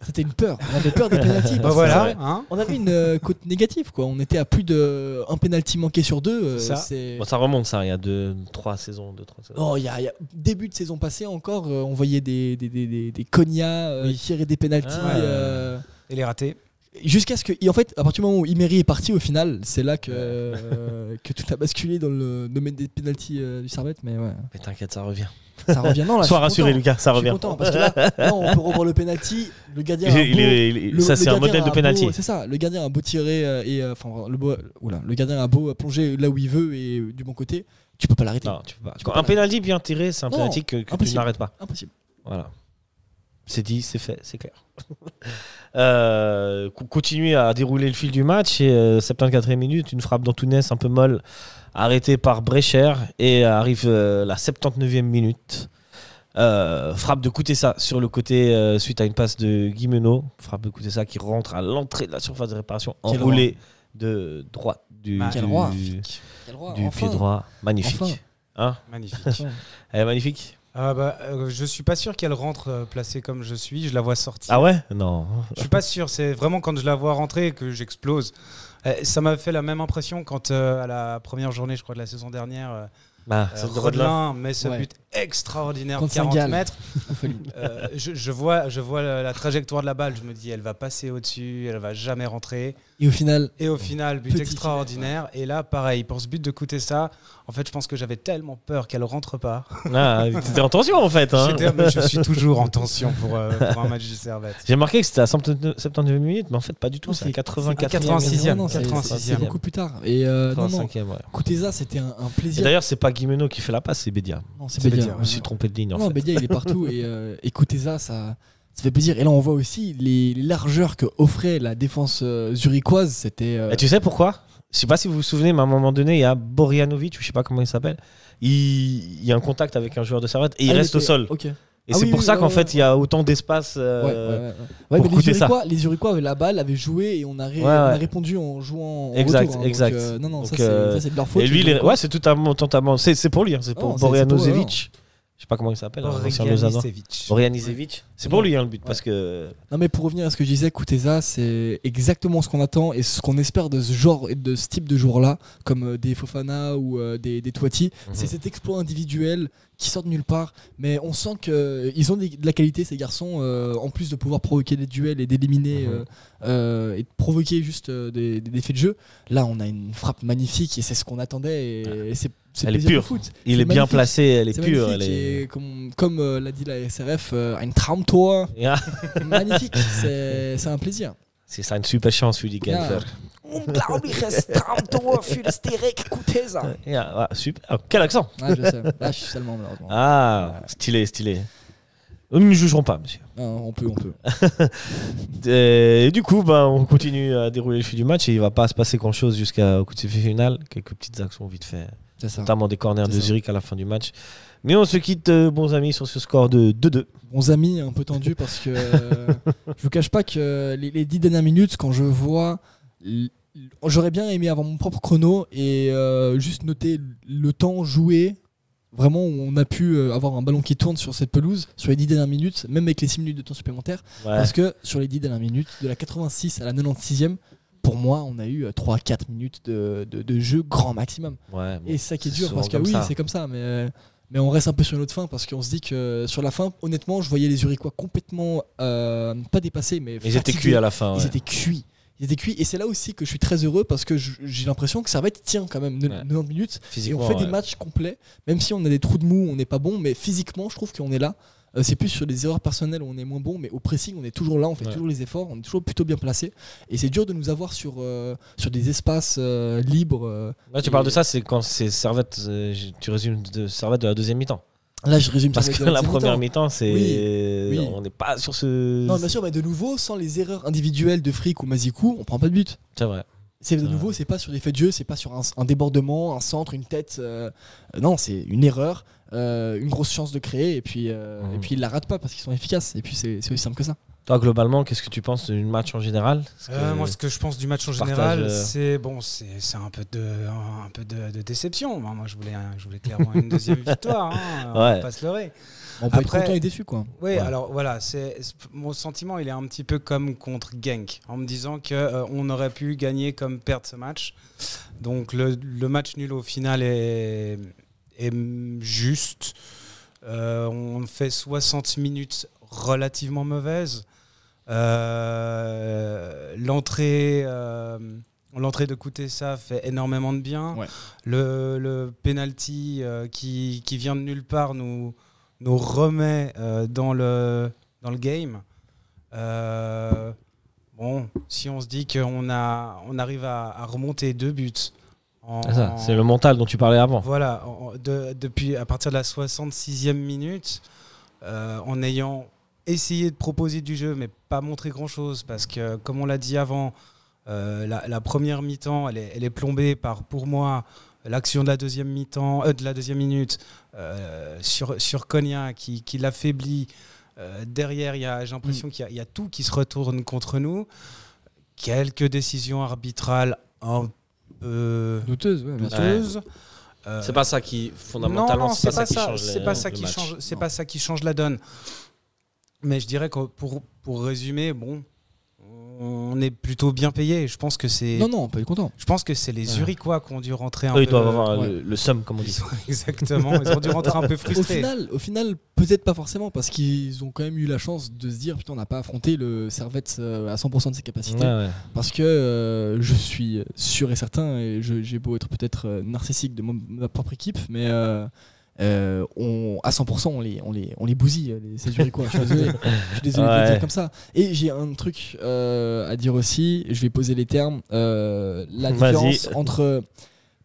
C'était une peur. On avait peur des pénaltys.
Bah voilà. hein.
On avait une euh, côte négative, quoi. On était à plus de euh, un pénalty manqué sur deux. euh,
Ça.
c'est-
Bon, ça remonte, ça. Il y a deux, trois saisons, deux, trois saisons.
Oh, il y a, il y a- début de saison passée encore, euh, on voyait des des des, des, des cognats euh, tirer des pénaltys.
Ah.
euh,
Et les ratés.
Jusqu'à ce que, et en fait, à partir du moment où Imeri est parti, au final, c'est là que, euh, que tout a basculé dans le domaine des pénalties euh, du Servette. Mais Oh. ouais,
Mais t'inquiète, ça revient.
ça revient. Non, là,
Sois
je suis
rassuré,
content.
Lucas, ça
Je suis
revient.
content parce que là, là, on peut revoir le penalty. Le gardien.
Il
a un
est- il
beau-
est- il est-
le-
ça,
le
c'est un
gardien
modèle
a
de
beau-
penalty.
C'est ça, le gardien a beau tirer euh, et euh, enfin le beau, oula, le gardien a beau plonger là où il veut et euh, du bon côté, tu peux pas l'arrêter.
Non, tu peux pas.
Tu peux
un
pas.
pénalty bien tiré, c'est un
Non,
pénalty que, que tu
impossible.
n'arrêtes pas.
Impossible.
Voilà. C'est dit, c'est fait, c'est clair. Euh, co- continuer à dérouler le fil du match et euh, 74e minute, une frappe d'Antounès un peu molle, arrêtée par Brecher et arrive euh, la 79e minute. Euh, frappe de Koutessa sur le côté euh, suite à une passe de Guimeno. Frappe de Koutessa qui rentre à l'entrée de la surface de réparation,
Quel
enroulée de droite du,
Quel
du-
roi.
du
Quel roi,
pied
enfin.
droit. Magnifique.
Enfin.
Hein
Magnifique.
Elle est magnifique.
Ah bah, euh, je suis pas sûr qu'elle rentre euh, placée comme je suis. Je la vois sortir.
Ah ouais Non.
Je suis pas sûr. C'est vraiment quand je la vois rentrer que j'explose. Euh, ça m'a fait la même impression quand euh, à la première journée, je crois, de la saison dernière, euh,
Bah,
euh,
c'est le droit de là.
Rodelin met ce
Ouais.
but extraordinaire,
35
40
galles.
mètres.
En folie.
Euh, je, je vois, je vois la, la trajectoire de la balle, je me dis elle va passer au-dessus, elle va jamais rentrer.
Et au final,
Et au final, but
Petit
extraordinaire. Et là, pareil, pour ce but de coûter ça, en fait, je pense que j'avais tellement peur qu'elle rentre pas.
Ah, t'étais en tension en fait. hein.
J'étais- mais je suis toujours en tension pour, euh, pour un match du Servette.
J'ai marqué que c'était à 79 79 minutes, mais en fait, pas du tout.
Non,
C'est à
c'est-
84
86
86e,
Non, non, c'est-
86e.
c'est beaucoup plus tard. Et euh, non, non,
85e, ouais.
Kuteza, c'était un, un
Et
plaisir.
D'ailleurs, c'est pas Guimeno qui fait la passe, c'est Bédia.
Non, c'est
c'est
Bedia.
Bedia,
Je me suis trompé de ligne en
Non,
fait.
Bedia, il est partout. Et euh, et Kuteza, ça, ça fait plaisir. Et là, on voit aussi les, les largeurs que offrait la défense euh, zurichoise. C'était. euh,
Et Ah, tu sais pourquoi Je sais pas si vous vous souvenez, mais à un moment donné, il y a Borjanovic, ou je sais pas comment il s'appelle. Il... il y a un contact avec un joueur de Servette et il
ah,
reste au
était-
sol.
Ok.
Et
Ah
c'est
oui,
pour
oui,
ça
ouais,
qu'en
ouais.
fait, il y a autant d'espace. euh,
Ouais, ouais, ouais, ouais. Ouais,
pour
mais les
coûter ça.
Zurichois, les Zurichois avaient la balle, avaient joué et on a, ré-
Ouais,
on a
ouais.
répondu en jouant en
Exact,
retour, hein.
exact.
Donc, euh, non, non, ça,
Donc,
c'est-
euh,
ça, c'est de leur faute.
et lui,
les
il est-
Zurichois.
ouais, c'est tout un totalement. C'est c'est pour lui, hein, c'est
Ah non,
pour
c'est- c'est pour hein. eux,
Borjanovic. Je sais pas comment il s'appelle, hein, l'ancien Lausannois. Borjanicevic. C'est pour lui hein, le but, parce que
Non, mais pour revenir à ce que je disais, Kuteza, c'est exactement ce qu'on attend et ce qu'on espère de ce genre et de ce type de joueurs-là, comme euh, des Fofana ou euh, des, des Toiti.
Mhm.
C'est cet exploit individuel qui sort de nulle part, mais on sent qu'ils ont des- de la qualité, ces garçons, euh, en plus de pouvoir provoquer des duels et d'éliminer
Mhm.
euh, euh, et de provoquer juste euh, des, des effets de jeu. Là, on a une frappe magnifique et c'est ce qu'on attendait. Et, et c'est c'est
Ah. Elle est
plaisir
pure.
de foot.
il
C'est
est, bien
magnifique.
placé, elle est,
C'est
pure.
magnifique
elle est-
et comme, comme, euh, l'a dit la SRF, euh, une Traumtor.
Et, ah,
Magnifique, c'est c'est un plaisir.
C'est ça, une super chance, Uli
Ja.
Genfer. Ja, ah, super. Ah, quel accent
Ah, je sais. Là, je suis seulement malheureusement.
Ah, stylé, stylé. Nous ne jugerons pas, monsieur.
Ah, on peut, on peut.
Euh, Et du coup, ben, on continue à dérouler le fil du match et il va pas se passer grand-chose jusqu'au coup de sifflet final. Quelques petites actions vite fait,
C'est ça.
notamment des corners
Ah. C'est
de
ça.
Zurich à la fin du match. Mais on se quitte, euh, bons amis, sur ce score de 2-2.
Bons amis, un peu tendu parce que euh, je vous cache pas que les, les dix dernières minutes, quand je vois, l- l- j'aurais bien aimé avoir mon propre chrono et euh, juste noter le temps joué. Vraiment, où on a pu euh, avoir un ballon qui tourne sur cette pelouse sur les dix dernières minutes, même avec les six minutes de temps supplémentaire.
Ouais.
Parce que sur les 10 dernières minutes, de la 86 à la 96e, pour moi, on a eu 3-4 minutes de, de- de jeu grand maximum.
Ouais, bon.
Et c'est ça qui est
c'est
dur, parce que
souvent
oui,
comme ça.
c'est comme ça, mais, euh, mais on reste un peu sur notre fin, parce qu'on se dit que sur la fin, honnêtement, je voyais les Uriquois complètement, euh, pas dépassés, mais
Ils étaient
fatigués.
cuits à la fin.
Ils
ouais.
étaient cuits. Ils étaient cuits, et c'est là aussi que je suis très heureux, parce que je- j'ai l'impression que ça va être tient quand même,
Ouais.
90 minutes, et
Physiquement,
on fait
ouais.
des matchs complets, même si on a des trous de mou, on n'est pas bon, mais physiquement, je trouve qu'on est là. Euh, c'est plus sur les erreurs personnelles où on est moins bon, mais au pressing, on est toujours là, on fait
Ouais.
toujours les efforts, on est toujours plutôt bien placé. Et c'est dur de nous avoir sur, euh, sur des espaces euh, libres. euh.
Là, tu
Et-
parles de ça, c'est quand c'est Servette, euh, je- tu résumes de Servette de la deuxième mi-temps.
Là, je résume ça
Parce
avec
que
des
la
petits
première
mi-temps.
mi-temps, c'est.
Oui, oui.
On n'est pas sur ce.
hein. Non, bien sûr, mais de nouveau, sans les erreurs individuelles de Frick ou Mazikou, on prend pas de but.
C'est vrai.
C'est de
Ouais.
nouveau, c'est pas sur des faits de jeu, c'est pas sur un, un débordement, un centre, une tête. euh, euh, non, c'est une erreur, euh, une grosse chance de créer, et puis, euh,
Mhm.
et puis ils la ratent pas parce qu'ils sont efficaces. Et puis c'est c'est aussi simple que ça.
Toi, globalement, qu'est-ce que tu penses du match en général Parce que-
Euh, moi, ce que je pense du match en
Partage,
général,
euh.
c'est bon, c'est c'est un peu de, un, peu de, de déception. Moi, moi, je voulais, un- je voulais clairement une deuxième victoire. hein, On
Ouais.
va pas se leurrer.
On peut
Après-
être content et déçu, quoi.
Oui,
Ouais.
alors voilà, c'est c'est- mon sentiment, il est un petit peu comme contre Genk, en me disant que euh, on aurait pu gagner comme perdre ce match. Donc le, le match nul au final est, est juste. Euh, on fait 60 minutes relativement mauvaises. Euh, L'entrée. euh, L'entrée de Koutessa fait énormément de bien.
Ouais.
Le, le penalty euh, qui, qui vient de nulle part nous, nous remet euh, dans, le, dans le game. Euh, bon, si on se dit qu'on a, on arrive à, à remonter deux buts. en-
C'est ça, c'est le mental dont tu parlais avant.
Voilà, en- de- depuis, à partir de la 66e minute, euh, en ayant essayé de proposer du jeu, mais pas montré grand-chose, parce que, comme on l'a dit avant, euh, la, la première mi-temps, elle est, elle est plombée par, pour moi, l'action de la deuxième mi-temps, euh, de la deuxième minute, euh, sur, sur Konya, qui, qui l'affaiblit. Euh, derrière, il y a- j'ai l'impression qu'il y a- il y, a tout qui se retourne contre nous. Quelques décisions arbitrales un peu
Douteuse, ouais,
douteuses. Euh,
C'est pas ça qui,
non,
fondamentalement,
non,
c'est pas, ça qui change.
C'est
le-
pas ça
le
qui
match.
change. C'est
Non.
pas ça qui change la donne. Mais je dirais que pour pour résumer, bon, on est plutôt bien payé. Je pense que c'est
Non, non, on peut être content.
je pense que c'est les Zurichois qui ont dû rentrer un
Eux, Ah, ils
peu
doivent avoir
ouais.
le, le somme, comme on dit.
Ils ont- Exactement, ils ont dû rentrer un peu
Au
frustrés.
final, au final peut-être pas forcément, parce qu'ils ont quand même eu la chance de se dire putain, on n'a pas affronté le Servette euh, à 100% de ses capacités.
Ouais, ouais.
Parce que euh, je suis sûr et certain, et je- j'ai beau être peut-être euh, narcissique de mon- ma propre équipe, mais euh, euh, on, à 100%, on les, on les, on les bousille, euh, les, ces Zurichois. je suis désolé, je suis désolé de le
Ouais.
dire comme ça. Et j'ai un truc euh, à dire aussi, je vais poser les termes. euh, la
Vas-y.
différence entre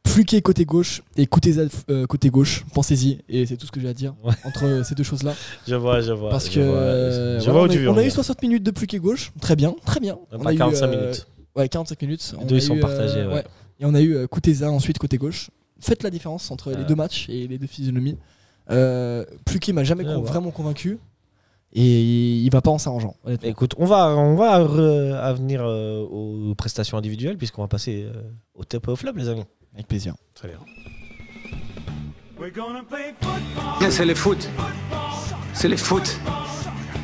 Fluquet côté gauche et Kuteza euh, côté gauche, pensez-y, et c'est tout ce que j'ai à dire
Ouais.
entre ces deux choses-là.
Je vois, je vois.
Parce
je
que
vois,
euh,
je
voilà,
vois où
on,
tu
a,
veux
on
en
a eu
venir.
60 minutes de plus qu'est gauche, très bien, très bien. On
Pas
a eu,
45
euh,
minutes.
Ouais, 45 minutes.
Les
On
deux,
a
ils sont
eu,
partagés, ouais.
Et on a eu euh, Kuteza ensuite côté gauche. Faites la différence entre les
Ouais.
deux matchs et les deux physionomies. Euh, Pluquet m'a jamais
Ouais,
con-
ouais.
vraiment convaincu. Et il va pas en s'arrangeant, honnêtement.
Écoute, on va, on va re- à venir euh, aux prestations individuelles, puisqu'on va passer euh, au top et au flop, les amis.
Avec plaisir.
Très bien.
Bien, C'est le foot. C'est le foot.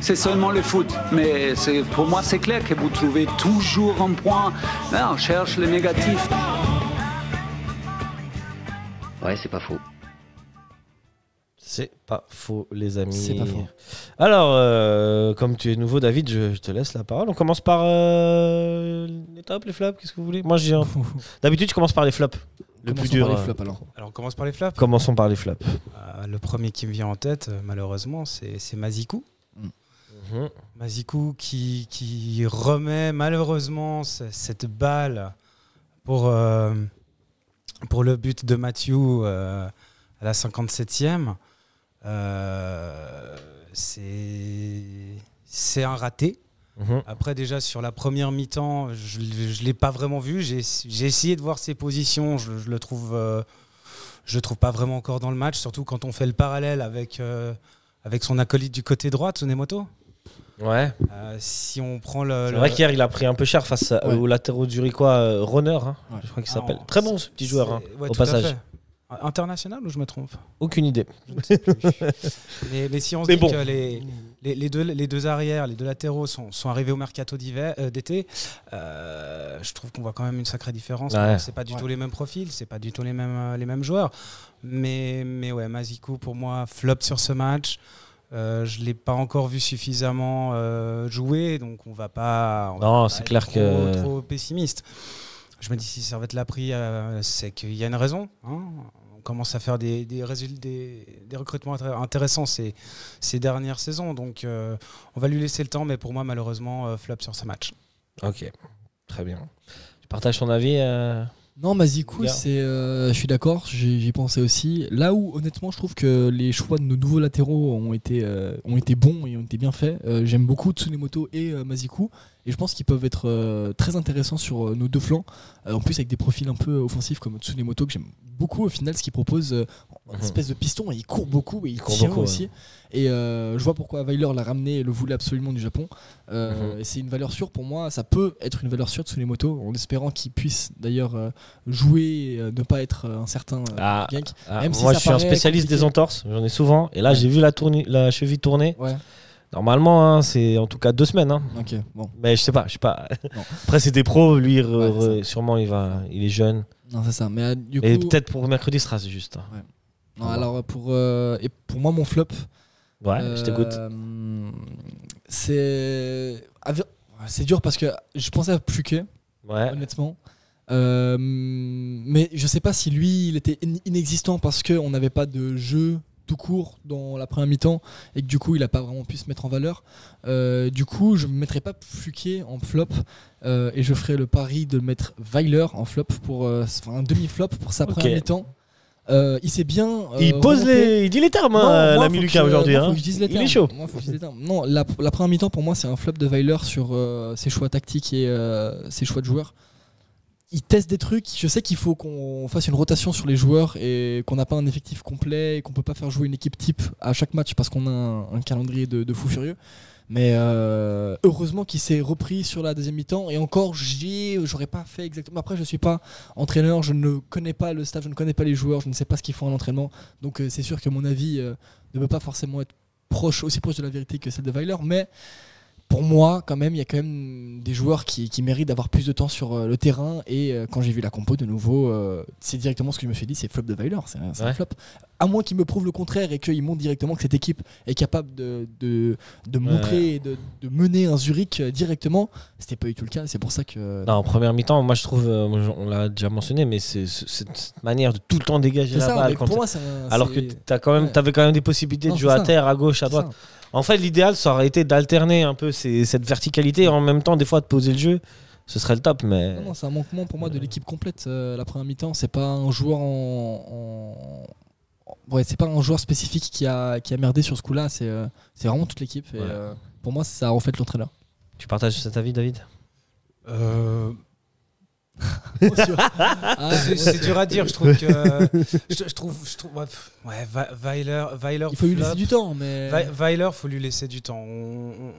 C'est seulement le foot. Mais c'est- pour moi, c'est clair que vous trouvez toujours un point. Là, on cherche le négatif.
Ouais, c'est pas faux.
C'est pas faux, les amis.
C'est pas faux.
Alors, euh, comme tu es nouveau, David, je, je te laisse la parole. On commence par euh, les tops, les flops, qu'est-ce que vous voulez Moi, j'ai un- D'habitude, je commence par les flops. Le plus
Commençons
dur.
par les
euh,
flops, alors.
Alors on commence par les flaps.
Commençons par les flops.
Euh, le premier qui me vient en tête, euh, malheureusement, c'est c'est Mazikou.
Mhm.
Mazikou qui, qui remet malheureusement ce- cette balle pour, euh, pour le but de Mathieu euh, à la 57e. Euh, c'est c'est un raté.
Mhm.
Après, déjà, sur la première mi-temps, je ne l'ai pas vraiment vu. J'ai j'ai essayé de voir ses positions. Je, je le trouve, euh, je le trouve pas vraiment encore dans le match, surtout quand on fait le parallèle avec, euh, avec son acolyte du côté droit, Tsunemoto.
Ouais.
Euh, si on prend le.
C'est
le-
vrai qu'hier, il a pris un peu cher face à-
Ouais.
au latéraux zurichois euh, Roner, hein,
Ouais.
je crois qu'il
Ah,
s'appelle.
on-
Très bon, ce petit joueur, hein,
c'est- ouais,
au
tout à
passage.
fait. Un- International ou je me trompe
Aucune idée.
Je ne sais plus. mais, mais si on se
Mais
dit
bon.
que les, les, les deux, les deux arrières, les deux latéraux sont, sont arrivés au mercato d'hiver- euh, d'été, euh, je trouve qu'on voit quand même une sacrée différence.
Ouais.
C'est pas du tout les mêmes profils, c'est pas du tout les mêmes, euh, les mêmes joueurs. Mais, mais ouais, Mazikou, pour moi, flop sur ce match. Euh, je ne l'ai pas encore vu suffisamment euh, jouer, donc on va pas. on va
Non,
pas
c'est
être
clair
trop-
que-
Bah, Trop pessimiste. Je me dis, si Servette l'a pris, euh, c'est qu'il y a une raison. hein. On commence à faire des, des, résul- des, des recrutements intér- intéressants ces, ces dernières saisons, donc euh, on va lui laisser le temps, mais pour moi, malheureusement, euh, flop sur ce match.
Ok, très bien. Tu partages ton avis euh,
Non, Mazikou,
Regarde.
c'est, euh, je suis d'accord, j'ai- j'y pensais aussi. Là où, honnêtement, je trouve que les choix de nos nouveaux latéraux ont été, euh, ont été bons et ont été bien faits. Euh, J'aime beaucoup Tsunemoto et euh, Mazikou, et je pense qu'ils peuvent être euh, très intéressants sur euh, nos deux flancs. Euh, en plus, avec des profils un peu offensifs comme Tsunemoto, que j'aime beaucoup au final, ce qu'il propose, euh, en
Mhm.
espèce de piston, et il court beaucoup et il,
Il court
tire
beaucoup,
aussi. Et euh, je vois pourquoi Weiler l'a ramené et le voulait absolument du Japon. Euh,
Mhm.
et C'est une valeur sûre pour moi, ça peut être une valeur sûre de Tsunemoto, en espérant qu'il puisse d'ailleurs. euh, jouer, et, euh, ne pas être euh, un certain euh,
Ah,
gank.
ah,
Même si
Moi,
ça
je suis un
paraît
spécialiste
compliqué.
des entorses, j'en ai souvent. Et là,
Ouais.
j'ai vu la, tourni- la cheville tourner.
Ouais,
Normalement, hein, c'est en tout cas deux semaines. hein.
ok, bon.
Mais je sais pas, je sais pas.
Non.
Après, c'est des pros, lui, re-
Ouais, c'est
re- sûrement, il, va, il est jeune.
Non, c'est ça. Mais euh, du coup,
Et peut-être pour mercredi, ce sera juste. hein.
non, alors pour euh, et pour moi mon flop.
Ouais, je
euh,
t'écoute.
C'est avi- c'est dur parce que je pensais à Pluquet,
Ouais.
honnêtement. Euh, mais je sais pas si lui il était in- inexistant parce qu'on n'avait pas de jeu tout court dans la première mi-temps et que du coup il a pas vraiment pu se mettre en valeur. Euh, du coup, je ne mettrai pas Fluquet en flop euh, et je ferai le pari de mettre Weiler en flop pour euh, enfin, un demi-flop pour sa
Ok.
première mi-temps. Euh, il s'est bien. euh,
il pose
remonté.
les. Il dit les termes,
Non,
hein,
moi,
l'ami
faut que
Lucas,
je-
aujourd'hui.
moi, faut
hein.
que je dise les
Il est
termes.
chaud.
Moi, faut que je dise les termes. Non, la, la première mi-temps pour moi c'est un flop de Weiler sur euh, ses choix tactiques et euh, ses choix de joueurs. Il teste des trucs. Je sais qu'il faut qu'on fasse une rotation sur les joueurs et qu'on n'a pas un effectif complet et qu'on peut pas faire jouer une équipe type à chaque match parce qu'on a un, un calendrier de, de fou furieux. Mais euh, heureusement qu'il s'est repris sur la deuxième mi-temps et encore j'ai- j'aurais pas fait exactement. Après je suis pas entraîneur, je ne connais pas le staff, je ne connais pas les joueurs, je ne sais pas ce qu'ils font à l'entraînement. Donc euh, c'est sûr que mon avis euh, ne peut pas forcément être proche, aussi proche de la vérité que celle de Weiler, mais pour moi, quand même, il y a quand même des joueurs qui, qui méritent d'avoir plus de temps sur euh, le terrain. Et euh, quand j'ai vu la compo, de nouveau, euh, c'est directement ce que je me suis dit c'est flop de Weiler, c'est un, c'est un
Ouais.
flop. À moins qu'ils me prouvent le contraire et qu'ils montrent directement que cette équipe est capable de, de, de montrer et de, de mener un Zurich euh, directement, c'était pas du tout le cas. C'est pour ça que.
Non, en première mi-temps, moi je trouve, euh, moi, je- on l'a déjà mentionné, mais c'est c'est- cette manière de tout le temps dégager
C'est
la
ça,
balle.
mais
quand
pour moi, c'est un-
alors que
c'est-
tu quand même,
ouais.
avais quand même des possibilités
Non,
de jouer
c'est
à
ça.
terre, à gauche, à
c'est
droite.
ça.
En fait, l'idéal, ça aurait été d'alterner un peu ces- cette verticalité et en même temps, des fois, de poser le jeu. Ce serait le top, mais.
Non, non, c'est un manquement pour moi de l'équipe complète. euh, la première mi-temps, c'est pas un joueur en, en- en- ouais, c'est pas un joueur spécifique qui a qui a merdé sur ce coup-là. C'est euh, c'est vraiment toute l'équipe. Et,
Ouais.
euh, pour moi, ça reflète l'entraîneur.
Tu partages cet avis, David
Euh,
Ah,
c'est- c'est dur à dire, je trouve que. Je, je trouve. Je trouve ouais, pff, ouais, Va- Weiler. Weiler
il faut lui
flop.
laisser du temps, mais
Wei- Weiler, faut lui laisser du temps. On- on-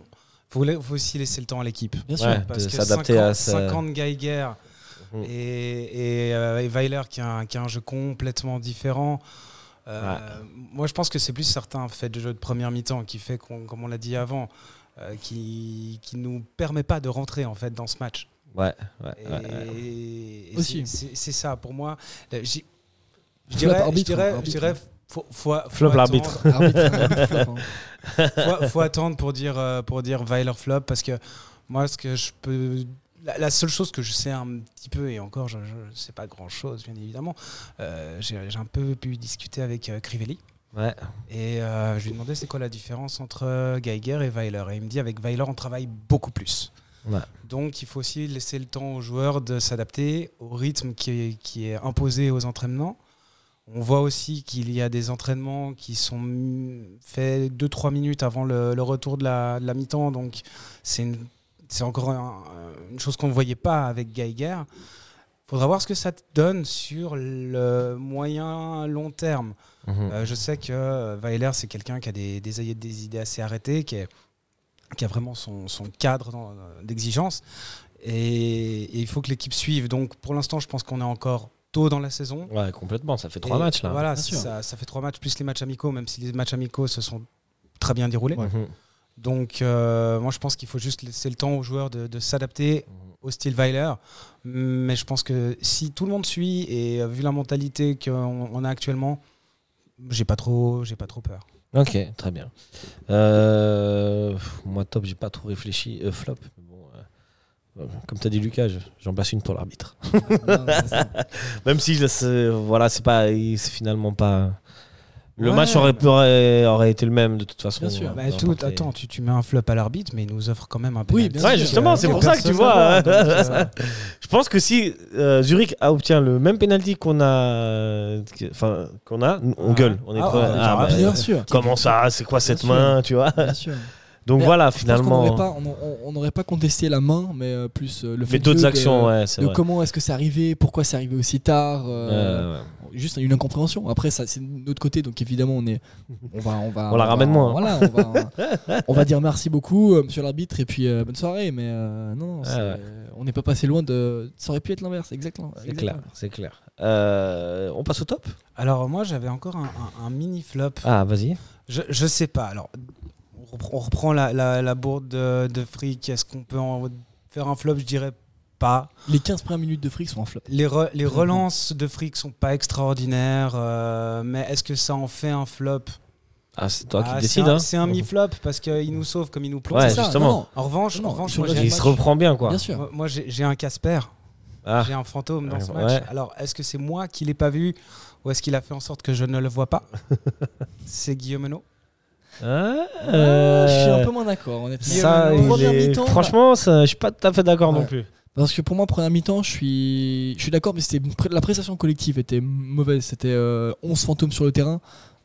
faut, la- faut aussi laisser le temps à l'équipe.
bien sûr.
Ouais,
Parce
de
que
s'adapter à
50
ça.
50 Geiger
Mhm.
et, et, euh, et Weiler qui a, un, qui a un jeu complètement différent. Euh, Moi, je pense que c'est plus certains faits de jeu de première mi-temps qui fait, qu'on- comme on l'a dit avant, euh, qui qui nous permet pas de rentrer en fait dans ce match.
Ouais, ouais,
Et-
ouais, ouais.
et
Aussi.
c'est- C'est c'est ça pour moi. Euh, j'ai-
Flop
Je dirais, je
arbitre, hein.
dirais, je
arbitre.
dirais, faut, faut- faut
Flop l'arbitre.
attendre-
Arbitre, arbitre flop, hein.
faut, faut attendre pour dire euh, pour dire Weiler flop parce que moi ce que je peux la, la seule chose que je sais un petit peu et encore je ne sais pas grand chose bien évidemment euh, j'ai j'ai un peu pu discuter avec euh, Crivelli
Ouais.
et euh, je lui demandais c'est quoi la différence entre euh, Geiger et Weiler et il me dit avec Weiler on travaille beaucoup plus
Ouais.
donc il faut aussi laisser le temps aux joueurs de s'adapter au rythme qui est, qui est imposé aux entraînements on voit aussi qu'il y a des entraînements qui sont mm, faits 2-3 minutes avant le, le retour de la, de la mi-temps. Donc, c'est une- c'est encore un- une chose qu'on ne voyait pas avec Geiger. Faudra voir ce que ça te donne sur le moyen long terme.
Mhm.
Euh, je sais que euh, Weiler, c'est quelqu'un qui a des, des- des idées assez arrêtées, qui, est- qui a vraiment son, son cadre dans- euh, d'exigence. Et, et il faut que l'équipe suive. Donc, pour l'instant, je pense qu'on est encore tôt dans la saison.
Ouais, complètement. Ça fait trois
Et
matchs là.
Voilà,
Bien
c'est
sûr.
ça, ça fait trois matchs plus les matchs amicaux, même si les matchs amicaux se sont très bien déroulés.
Mhm.
Donc, euh, moi, je pense qu'il faut juste laisser le temps aux joueurs de, de s'adapter
Mhm.
au style Weiler. Mais je pense que si tout le monde suit et euh, vu la mentalité qu'on on a actuellement, j'ai pas trop, j'ai pas trop peur.
Ok, très bien. Euh, moi, top, j'ai pas trop réfléchi. Euh, flop, bon, euh, comme t'as dit, Lucas, je- j'en passe une pour l'arbitre.
Ah, Non, c'est ça.
Même si là, c'est- voilà, c'est pas, il- c'est finalement pas. Le
Ouais,
match aurait,
mais-
pu- aurait, aurait été le même de toute façon.
Bien sûr.
euh,
Bah,
peu
tout,
importe les-
attends, tu, tu mets un flop à l'arbitre, mais il nous offre quand même un
Oui,
penalty.
bien
Ouais,
sûr.
justement, c'est
que
pour ça que tu
personne
vois.
n'a
hein.
voir, donc, euh,
Je pense que si euh, Zurich a obtient le même penalty qu'on a, euh, que- enfin qu'on a, on
Ah.
gueule. On est
Ah,
prêt.
ah,
Ah,
ah,
bah,
Bien sûr.
Comment ça C'est quoi cette
sûr.
main Tu vois
Bien sûr.
Donc
Mais
voilà,
Je pense qu'on n'aurait
finalement. hein.
pas- on- on- on n'aurait pas, contesté la main, mais euh, plus euh, le fait
Mais
de
d'autres
jeu,
actions,
de,
ouais, c'est
de
vrai.
comment est-ce que c'est arrivé, pourquoi c'est arrivé aussi tard. euh,
Euh, ouais.
juste une incompréhension. Après, ça, c'est de notre côté, donc évidemment, on est, on va, on va,
On la
va-
ramène moins.
Voilà, on va, on va dire merci beaucoup, euh, Monsieur l'arbitre, et puis euh, bonne soirée. Mais euh, non, non, c'est-
ouais.
on n'est pas passé loin de. Ça aurait pu être l'inverse, exactement.
Ah C'est
exactement.
clair, c'est clair. Euh, on passe au top
Alors, moi, j'avais encore un, un- un mini flop.
Ah, vas-y.
Je, je sais pas. Alors, on reprend, on reprend la, la, la bourde de, de fric. Est-ce qu'on peut en faire un flop Je dirais pas.
Les 15 premières minutes de fric sont en flop.
Les, re-
Mhm.
les relances de fric sont pas extraordinaires, euh, mais est-ce que ça en fait un flop
Ah, c'est toi
Ah,
qui
C'est
décides.
un,
hein.
c'est un mi-flop parce qu'il nous sauve comme il nous plombe.
Ouais,
C'est ça.
justement.
non,
En revanche,
Non,
en revanche
sur
moi,
le
j'ai-
Il
reste,
se
match.
reprend bien,
non,
quoi.
bien sûr.
moi- moi, j'ai j'ai un Casper,
Ah,
j'ai un fantôme dans ce
Ouais.
match. Alors, est-ce que c'est moi qui l'ai pas vu ou est-ce qu'il a fait en sorte que je ne le vois pas C'est Guillaume Henault.
Ah,
Ah, je suis un
euh,
peu moins d'accord, honnêtement.
ça,
Guillaume,
il
première
est-
mi-temps,
Franchement, ça, je suis pas tout à fait d'accord non
Ouais.
plus.
Parce que pour moi, première mi-temps, je suis, je suis d'accord, mais c'était une pré- la prestation collective était mauvaise. C'était euh, 11 fantômes sur le terrain.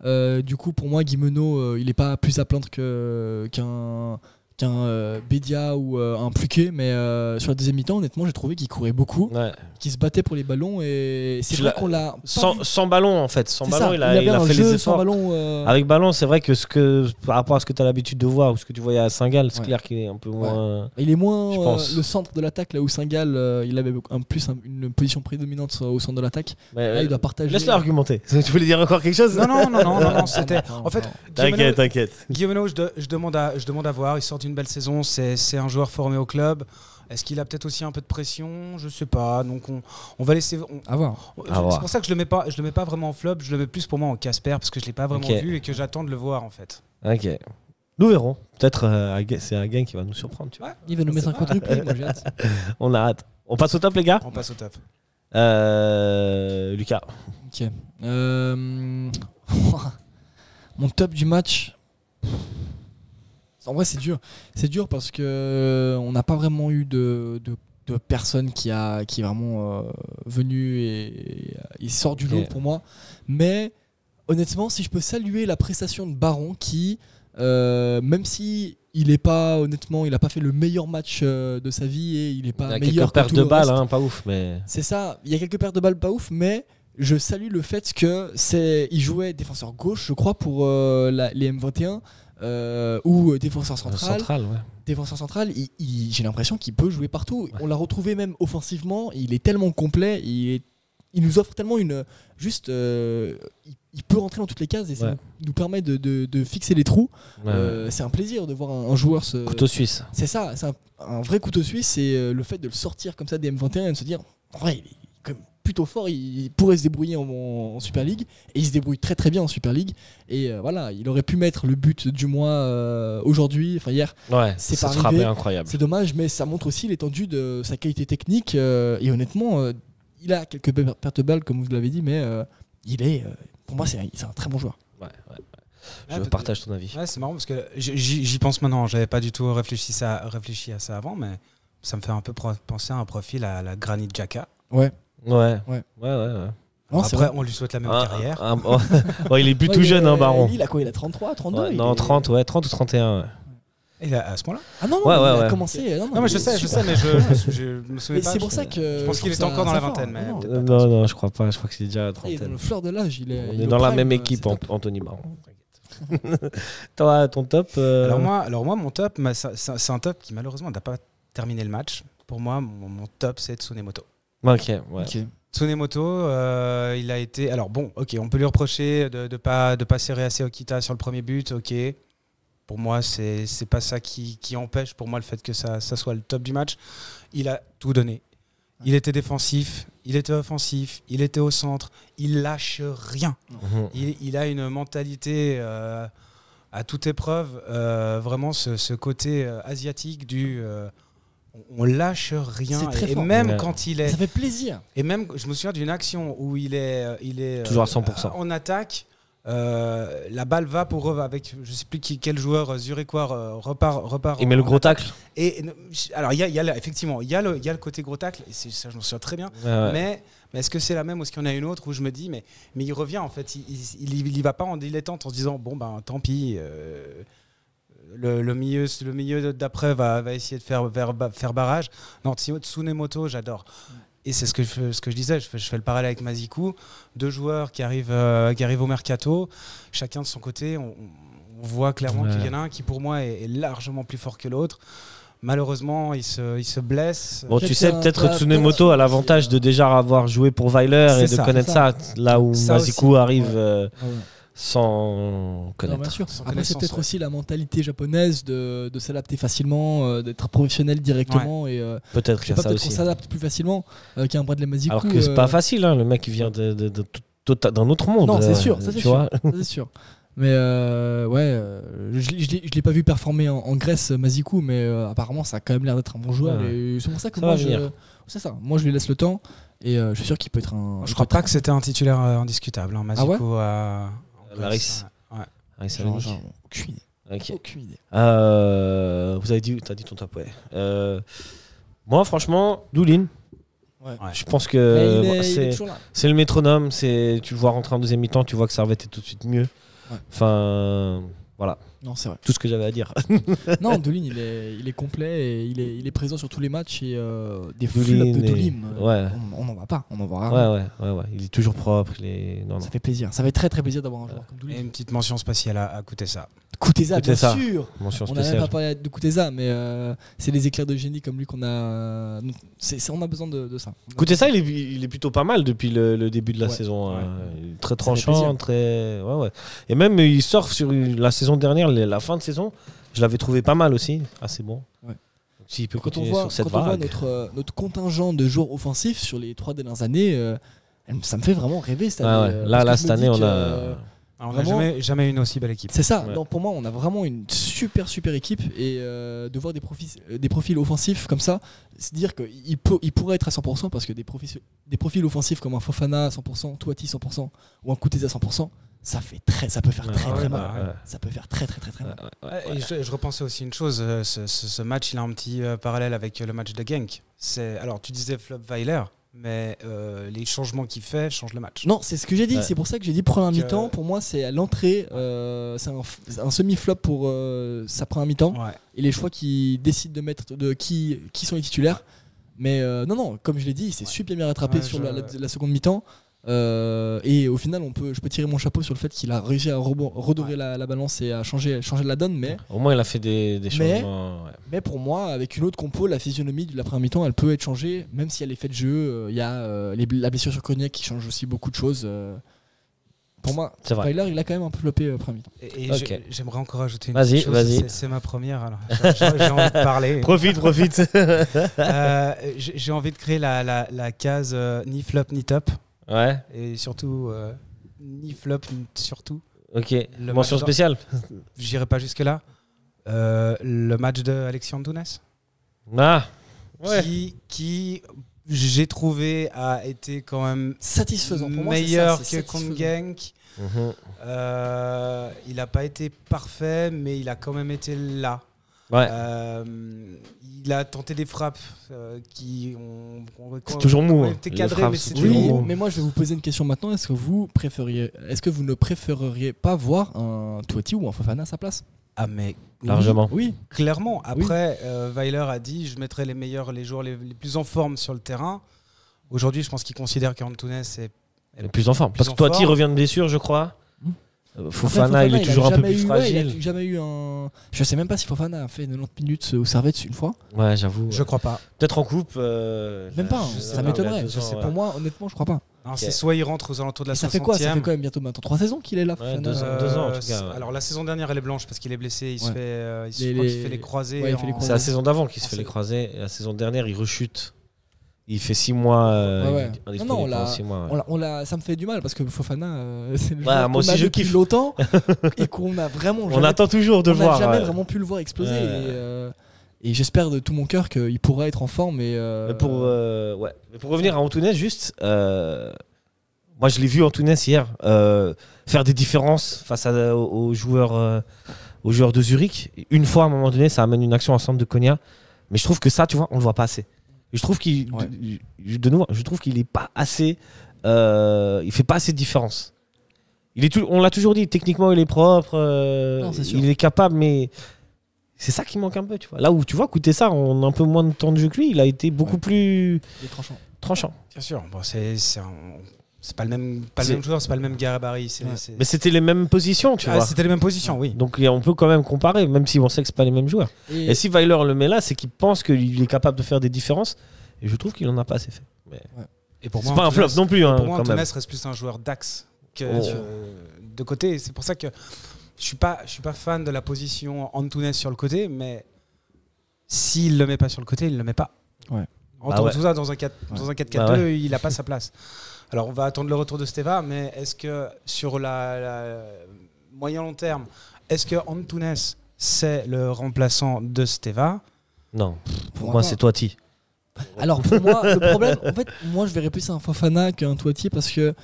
Euh, du coup, pour moi, Guimeno, euh, il n'est pas plus à plaindre que- qu'un qu'un euh, Bédia ou euh, un Pluquet. Mais euh, sur la deuxième mi-temps, honnêtement, j'ai trouvé qu'il courait beaucoup,
Ouais.
qu'il se battait pour les ballons. Et c'est
Tu
vrai
l'as-
qu'on l'a. pas vu.
Sans, sans ballon, en fait. Sans
C'est
ballon,
ça,
il a,
avait
il a
un
fait
jeu
les
sans
efforts.
ballon. euh,
Avec ballon, c'est vrai que, ce que par rapport à ce que tu as l'habitude de voir ou ce que tu voyais à Saint-Gall, c'est
Ouais.
clair qu'il est un peu moins.
Il est moins
Je
euh,
pense.
le centre de l'attaque là où Singal il avait un, plus un- une position prédominante au centre de l'attaque.
Mais,
Là,
euh,
Ah, il doit partager.
Laisse-le argumenter. Tu voulais dire encore quelque chose
Non, non, non, non, non, non, c'était. En fait, Guillaume Henault-
T'inquiète, t'inquiète.
Guillaume Henault, je, de- je demande à, je demande à voir. Il sort du une belle saison, c'est c'est un joueur formé au club. Est-ce qu'il a peut-être aussi un peu de pression Je sais pas. Donc on, on va laisser. on-
À voir.
je-
voir.
c'est pour ça que je le mets pas. Je le mets pas vraiment en flop. Je le mets plus pour moi en Casper parce que je l'ai pas vraiment
Ok.
vu et que j'attends de le voir en fait.
Ok. Nous verrons. Peut-être euh, un gars- c'est un gain qui va nous surprendre. Tu vois.
Il va nous mettre un quadruplé, moi j'ai hâte.
On a hâte. On passe au top, les gars
On passe au top.
Euh, Lucas.
Ok. Euh, Mon top du match. En vrai, c'est dur. C'est dur parce que euh, on n'a pas vraiment eu de, de, de personne qui, a, qui est vraiment euh, venue et, il sort du
Ok.
lot pour moi. Mais honnêtement, si je peux saluer la prestation de Baron qui, euh, même si il est pas honnêtement, il n'a pas fait le meilleur match euh, de sa vie et il
Il
n'est
y
pas
a
meilleur
quelques
que
pertes
tout
de
le
balles,
reste.
hein, pas ouf, mais.
C'est ça, il y a quelques pertes de balles pas ouf, mais je salue le fait que c'est. Il jouait défenseur gauche, je crois, pour euh, la- les M21. euh, ou euh, défenseur central.
Central, ouais.
Défenseur central, il- il- j'ai l'impression qu'il peut jouer partout. On l'a retrouvé même offensivement. Il est tellement complet. Il, est- il nous offre tellement une. Juste. euh, il, il peut rentrer dans toutes les cases et ça
Ouais.
nous- nous permet de, de- de fixer les trous.
Ouais.
Euh, c'est un plaisir de voir un, un joueur se.
Couteau suisse.
C'est ça, c'est un, un vrai couteau suisse, c'est euh, le fait de le sortir comme ça des M21 et de se dire, en vrai, il est quand même plutôt fort, il, il pourrait se débrouiller en, en Super League, et il se débrouille très très bien en Super League, et euh, voilà, il aurait pu mettre le but du mois euh, aujourd'hui, enfin hier,
Ouais,
C'est
cette
pas
frappe est
arrivé.
incroyable.
c'est dommage, mais ça montre aussi l'étendue de sa qualité technique, euh, et honnêtement, euh, il a quelques per- pertes de balles, comme vous l'avez dit, mais euh, il est, euh, pour moi, c'est un, c'est un très bon joueur.
Ouais, ouais.
Ah,
Je
peut-
partage ton avis.
Ouais, c'est marrant parce que j- j'y j'y pense maintenant. J'avais pas du tout réfléchi, ça, réfléchi à ça avant, mais ça me fait un peu pro- penser à un profil à la Granit Jaka.
Ouais.
Ouais.
Ouais, ouais, ouais.
Non, c'est
Après,
vrai.
on lui souhaite la même
Un-
carrière.
un- oh, bon, il est plus
Ouais,
tout
il
jeune,
est-
hein, Baron.
lui, Il a quoi Il a 33, 32
Ouais,
il
non,
est-
30, ouais, 30 ou 31. ouais.
Et là, à ce moment-là
Ah non, non,
Ouais,
il
ouais,
a
ouais.
commencé. Non,
Non, mais je
il est
sais, je
super
sais, mais je, je me souviens
Mais
pas.
c'est pour ça que.
je pense
trouve
qu'il était
ça-
encore dans la
ça fort.
vingtaine, mais
Non,
peut-être
non.
non, non, je crois pas. Je crois que c'est déjà la
Il est dans
trentaine.
le fleur de l'âge. Il est,
On
il
est
au
dans la
prime,
même
euh,
équipe,
c'est
Ant-
top.
Anthony Baron. T'inquiète. Toi, ton top euh,
Alors moi, alors moi, mon top, ma- ça- ça- c'est un top qui malheureusement n'a pas terminé le match. Pour moi, mon, mon top, c'est Tsunemoto.
Bah, Ok, ouais.
Ok.
Tsunemoto, euh, il a été. Alors bon, ok, on peut lui reprocher de ne pas, de pas serrer assez Okita sur le premier but, ok. Pour moi, c'est c'est pas ça qui, qui empêche pour moi le fait que ça, ça soit le top du match. Il a tout donné. Il était défensif, il était offensif, il était au centre, il lâche rien.
Mhm.
Il, il a une mentalité euh, à toute épreuve, euh, vraiment ce, ce côté euh, asiatique du euh, on- on lâche rien.
C'est très
et
fort.
même
Ouais.
quand il est
Ça fait plaisir.
et même, je me souviens d'une action où il est, euh, il est euh,
Toujours à 100%.
En attaque, euh, la balle va pour eux avec, je sais plus qui, quel joueur euh, zurichois euh, repart, repart.
Il met le
en-
gros tacle.
Et et ne- alors, il y a, il y a le- effectivement, il y a le, il y a le côté gros tacle. Et c'est- ça, je m'en souviens très bien.
Ouais, ouais.
Mais, mais est-ce que c'est la même ou est-ce qu'il y en a une autre où je me dis, mais, mais il revient en fait, il, il, il- il y va pas en dilettante en se disant, bon ben tant pis, euh, le, le milieu, le milieu d'après va, va essayer de faire, faire, faire barrage. Non, Tsuno- Tsunemoto, j'adore. Et c'est ce que, je, ce que je disais, je fais, je fais le parallèle avec Mazikou, deux joueurs qui arrivent, euh, qui arrivent au mercato, chacun de son côté, on, on voit clairement
Ouais.
qu'il y en a un qui pour moi est, est largement plus fort que l'autre. Malheureusement, il se, il se blesse.
Bon, tu sais,
Quelqu'un-
peut-être
ouais,
Tsunemoto
peut-être. euh,
a l'avantage de déjà avoir joué pour Weiler
C'est
et de
ça,
connaître
c'est
ça. là où
Ça
Mazikou arrive euh,
Ah ouais.
sans
Non, bien
connaître.
sûr.
Sans
Après, c'est
connaissance,
peut-être
ouais.
aussi la mentalité japonaise de, de s'adapter facilement, euh, d'être professionnel directement. Et, euh,
Peut-être qu'il
je sais
y a
pas,
ça
peut-être qu'on
aussi. hein.
s'adapte plus facilement euh, qu'un bras de la Mazikou.
Alors que c'est
euh,
pas facile, hein, le mec il vient de, de- de tout- tout- d'un autre monde.
Non,
euh,
c'est sûr, ça c'est
tu
sûr.
vois.
ça, c'est sûr. Mais euh, ouais, euh, je l'ai- je l'ai je l'ai pas vu performer en, en Grèce, euh, Mazikou, mais euh, apparemment ça a quand même l'air d'être un bon joueur.
Ouais.
et C'est pour ça que
Ça
moi
va
je.
venir.
C'est ça, moi je lui laisse le temps et euh, je suis sûr qu'il peut être un.
Je crois pas que c'était un titulaire euh, indiscutable. Hein. Mazico à.
Laris. Ouais, ça
Genre,
va.
genre, aucune idée.
Ok.
Aucune idée.
Euh, vous avez dit, t'as dit ton top, ouais. Euh, moi, franchement, Doulin.
Ouais.
Je pense
Mais
que
il est-
ouais,
il est
Euh, c'est
toujours là.
c'est le métronome. C'est tu le vois rentrer en deuxième mi-temps, tu vois que Servette est tout de suite mieux.
Ouais.
Enfin,
Non, c'est vrai.
tout ce que j'avais à dire.
Non, Doline, il est, il est complet et il est, il est présent sur tous les matchs et euh, des flops
Doolin
de
est-
Dolim. euh,
Ouais.
On n'en va pas, on en voit
Ouais,
rarement.
ouais, ouais, ouais. Il est toujours propre. Il est non, non.
Ça fait plaisir, ça fait très très plaisir d'avoir un joueur comme
Et
Doulin.
une petite mention spatiale à, à Kutesa.
Kouteza, bien
Kuteza.
sûr
Mention
On n'a même
spéciale.
pas parlé de Kouteza, mais euh, c'est les éclairs de génie comme lui qu'on a. euh, c'est- c'est- on a besoin de, de ça.
Écoutez ça, il est, il est plutôt pas mal depuis le, le début de la
Ouais.
saison.
Ouais.
hein. Il est Très
fait
tranchant,
plaisir.
euh, très ouais, ouais. Et même il sort sur la saison dernière, les- la fin de saison. Je l'avais trouvé pas mal aussi. Ah, c'est bon.
Ouais.
Donc, S'il peut
Quand on
continuer
voit,
sur cette
quand on voit
vague.
notre, euh, notre contingent de joueurs offensifs sur les trois dernières années, euh, elle- ça me fait vraiment rêver cette
Ouais,
année.
ouais.
euh,
Là,
parce
là,
que je
cette
me
année,
dis
on
que,
a.
euh,
Alors, on n'a
Vraiment
jamais, jamais eu une aussi belle équipe.
C'est ça.
Ouais.
Donc pour moi, on a vraiment une super super équipe et euh, de voir des profils, euh, des profils offensifs comme ça, se dire qu'ils pourraient être à 100% parce que des profils, des profils offensifs comme un Fofana à 100%, Toiti 100% ou un Koutez à 100%, ça fait très, ça peut faire très
Ah
très
ouais,
mal.
bah,
ouais.
Ça peut faire très très très très mal.
Ouais, et je, je repensais aussi une chose, euh, ce, ce- ce match, il a un petit euh, parallèle avec euh, le match de Genk. C'est, alors, tu disais Flop Weiler, mais euh, les changements qu'il fait changent le match.
Non, c'est ce que j'ai dit.
Ouais.
C'est pour ça que j'ai dit prendre un
Donc,
mi-temps.
euh,
Pour moi, c'est à l'entrée. euh, c'est un, f- un semi-flop pour. euh, ça prend un mi-temps.
Ouais.
Et les choix qui décident de mettre. de qui, qui sont les titulaires. Mais euh, non, non, comme je l'ai dit, il s'est super bien rattrapé
Ouais,
sur
je-
la, la- la seconde mi-temps. Euh, et au final, on peut, je peux tirer mon chapeau sur le fait qu'il a réussi à rebon- redorer la, la balance et à changer, changer la donne. Mais,
Au moins, il a fait des, des
Mais-
changements. euh, ouais.
mais pour moi, avec une autre compo, la physionomie de l'après mi-temps, elle peut être changée, même s'il y a l'effet de jeu. euh, Il y a euh, les- la blessure sur Cognac qui change aussi beaucoup de choses. euh. pour moi,
C'est vrai.
Weiler, il a quand même un peu flopé euh, premier temps.
Et, et
Ok.
j'ai- j'aimerais encore ajouter une
Vas-y,
petite chose.
vas-y.
C'est, c'est ma première, alors. J'ai, j'ai- j'ai envie de parler.
Profite, profite.
Euh, j'ai, j'ai envie de créer la, la- la case euh, ni flop ni top.
ouais,
Et surtout, euh, ni flop, ni- surtout.
ok.
match
Mention
d'or-
spéciale.
J'irai pas jusque-là. Euh, le match de Alexandre Dounas.
Ah, ouais.
qui, qui j'ai trouvé a été quand même
Satisfaisant pour moi. c'est ça,
meilleur
c'est
que contre
satisfaisant.
Genk.
Mhm.
Euh, il n'a pas été parfait, mais il a quand même été là.
Ouais.
Euh, il a tenté des frappes euh, qui ont. ont-
C'est toujours mou,
ont
hein.
été
Les
cadrées,
frappes,
mais
c'est
c'est
toujours
toujours
Oui,
mou.
mais moi je vais vous poser une question maintenant. Est-ce que vous préfériez, est-ce que vous ne préféreriez pas voir un Toiti ou un Fofana à sa place
Ah, mais
Largement.
Oui.
clairement. Après, euh, Weiler a dit je mettrai les meilleurs, les joueurs les, les plus en forme sur le terrain. Aujourd'hui, je pense qu'il considère qu'Antunes est.
Il est plus en forme.
Plus
Parce
en
que Toiti
forme.
revient de blessure, je crois.
Hmm.
Euh,
Après,
Fofana, il est
a
toujours un peu
jamais
plus
eu- ouais, il a
fragile.
jamais eu un. Je sais même pas si Fofana a fait 90 minutes euh, au Servette une fois.
Ouais, j'avoue.
Je crois pas.
Peut-être en coupe. euh,
Même pas, hein.
je sais
Ça
pas,
m'étonnerait.
il y a deux
Je
ans,
sais
ouais.
Pour moi, honnêtement, je crois pas.
Non, C'est soit il rentre aux alentours de la
Et ça
60e.
fait quoi Ça fait quand même bientôt maintenant 3 saisons qu'il est là.
Ouais,
Fofana.
deux ans.
Euh,
en tout cas, ouais.
Alors la saison dernière, elle est blanche parce qu'il est blessé. Il se
Ouais.
fait, euh, il se-
Les-
je crois qu'il
les-
fait les croisés.
Ouais, il fait les
en-
C'est la saison d'avant qu'il se
Ah,
En
fait les
saison.
croisés. et La saison dernière, il rechute. Il fait 6 mois. euh,
Ouais, ouais.
il- il-
Non, non,
il-
on l'a-
six mois, ouais.
On l'a- on l'a- ça me fait du mal parce que Fofana, euh, c'est le
Ouais,
joueur
moi
qu'on
aussi,
a
je
depuis
kiffe.
longtemps et qu'on a vraiment
On
jamais
attend toujours de
on n'a
voir.
jamais
ouais.
vraiment pu le voir exploser.
Ouais.
Et, euh, et j'espère de tout mon cœur qu'il pourra être en forme. Et, euh,
Mais pour, euh, ouais. Mais pour revenir à Antunes, juste, euh, moi je l'ai vu Antunes hier euh, faire des différences face à- aux, aux joueurs, euh, aux joueurs de Zurich. Une fois, à un moment donné, ça amène une action ensemble de Konya. Mais je trouve que ça, tu vois, on le voit pas assez. Et Je trouve qu'il,
Ouais.
de, de nouveau, je trouve qu'il est pas assez, euh, il fait pas assez de différence. Il est tout, on l'a toujours dit, techniquement il est propre, euh,
Non, c'est sûr.
il est capable, mais c'est ça qui manque un peu, tu vois. Là où tu vois, coûter ça, on a un peu moins de temps de jeu que lui, il a été beaucoup
Ouais.
plus
il est tranchant.
tranchant.
Bien sûr. Bon, c'est c'est un- c'est pas le même, pas le
C'est-
même joueur, c'est pas le même gabarit. c'est-
Ouais.
c'est-
Mais c'était les mêmes positions, tu
Ah,
vois.
c'était les mêmes positions, oui.
Donc et on peut quand même comparer, même si on sait que c'est pas les mêmes joueurs.
Et,
Et, si Weiler le met là, c'est qu'il pense qu'il est capable de faire des différences. Et je trouve qu'il en a pas assez fait. Mais
Et pour
c'est pas un
Antunes-
flop non plus, hein,
Pour moi,
quand
Antunes
même.
reste plus un joueur d'axe que
Oh.
euh, de côté. C'est pour ça que je suis pas, je suis pas fan de la position Antunes sur le côté, mais s'il le met pas sur le côté, il le met pas.
Ouais.
En
Bah
tant
ouais.
que tout ça, dans un 4 dans un 4-4-2,
Bah
il a pas sa place. Alors, on va attendre le retour de Steva, mais est-ce que sur la, la- moyen long terme, est-ce que Antunes c'est le remplaçant de Steva
Non,
pour
pour
moi,
moi c'est Toiti.
Alors pour moi, le problème, en fait, moi je verrais plus un Fofana qu'un Toiti parce que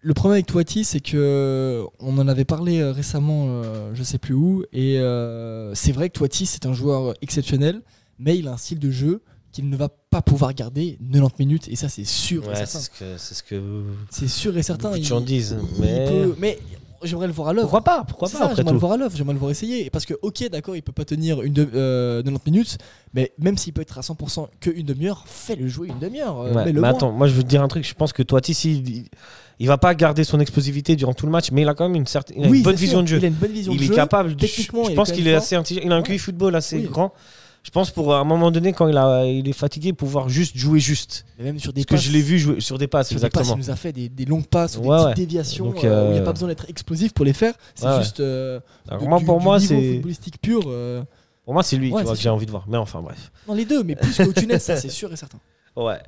le problème avec Toiti, c'est que on en avait parlé euh, récemment, euh, je sais plus où, et euh, c'est vrai que Toiti c'est un joueur exceptionnel, mais il a un style de jeu qu'il ne va pas pouvoir garder 90 minutes, et ça c'est sûr, et
Ouais,
certain.
c'est ce que c'est ce que
c'est sûr et certain.
beaucoup de
il-
gens disent.
il
Mais
peut- mais j'aimerais le voir à l'œuvre.
pourquoi pas Pourquoi
C'est
pas
ça,
après
j'aimerais le
tout
voir à l'œuvre, j'aimerais le voir essayer. Et Parce que, ok, d'accord, il peut pas tenir une de, euh, 90 minutes, mais même s'il peut être à 100% que une demi-heure, fais-le jouer une demi-heure. euh,
Ouais,
mets-le
mais
moins.
attends, moi je veux te dire un truc. Je pense que Toiti, s'il- il, il va pas garder son explosivité durant tout le match, mais il a quand même une certaine, il a
Oui,
une bonne
c'est
vision
sûr,
de jeu.
Il a une bonne vision
il
de
est
jeu.
capable de-
techniquement,
je
il est
pense
quand
qu'il
même
est
fort.
assez intelligent il a un QI football assez
Oui.
grand Je pense pour à un moment donné, quand il, a, il est fatigué, pouvoir juste jouer juste.
Mais même sur des
Parce que
passes,
je l'ai vu jouer sur des passes,
sur des passes,
exactement.
il nous a fait des, des longues passes, ou des
Ouais,
petites
ouais.
déviations
Donc,
euh, où il n'y a
euh,
pas besoin d'être explosif pour les faire. C'est
Ouais, ouais.
juste euh,
Alors,
du-
vraiment,
du-
pour,
du
moi,
niveau
c'est
footballistique pur. euh,
pour moi, c'est lui tu
Ouais,
vois,
c'est
que j'ai envie de voir. Mais enfin, bref.
dans les deux, mais plus qu'au Tunis, ça c'est sûr et certain.
Ouais.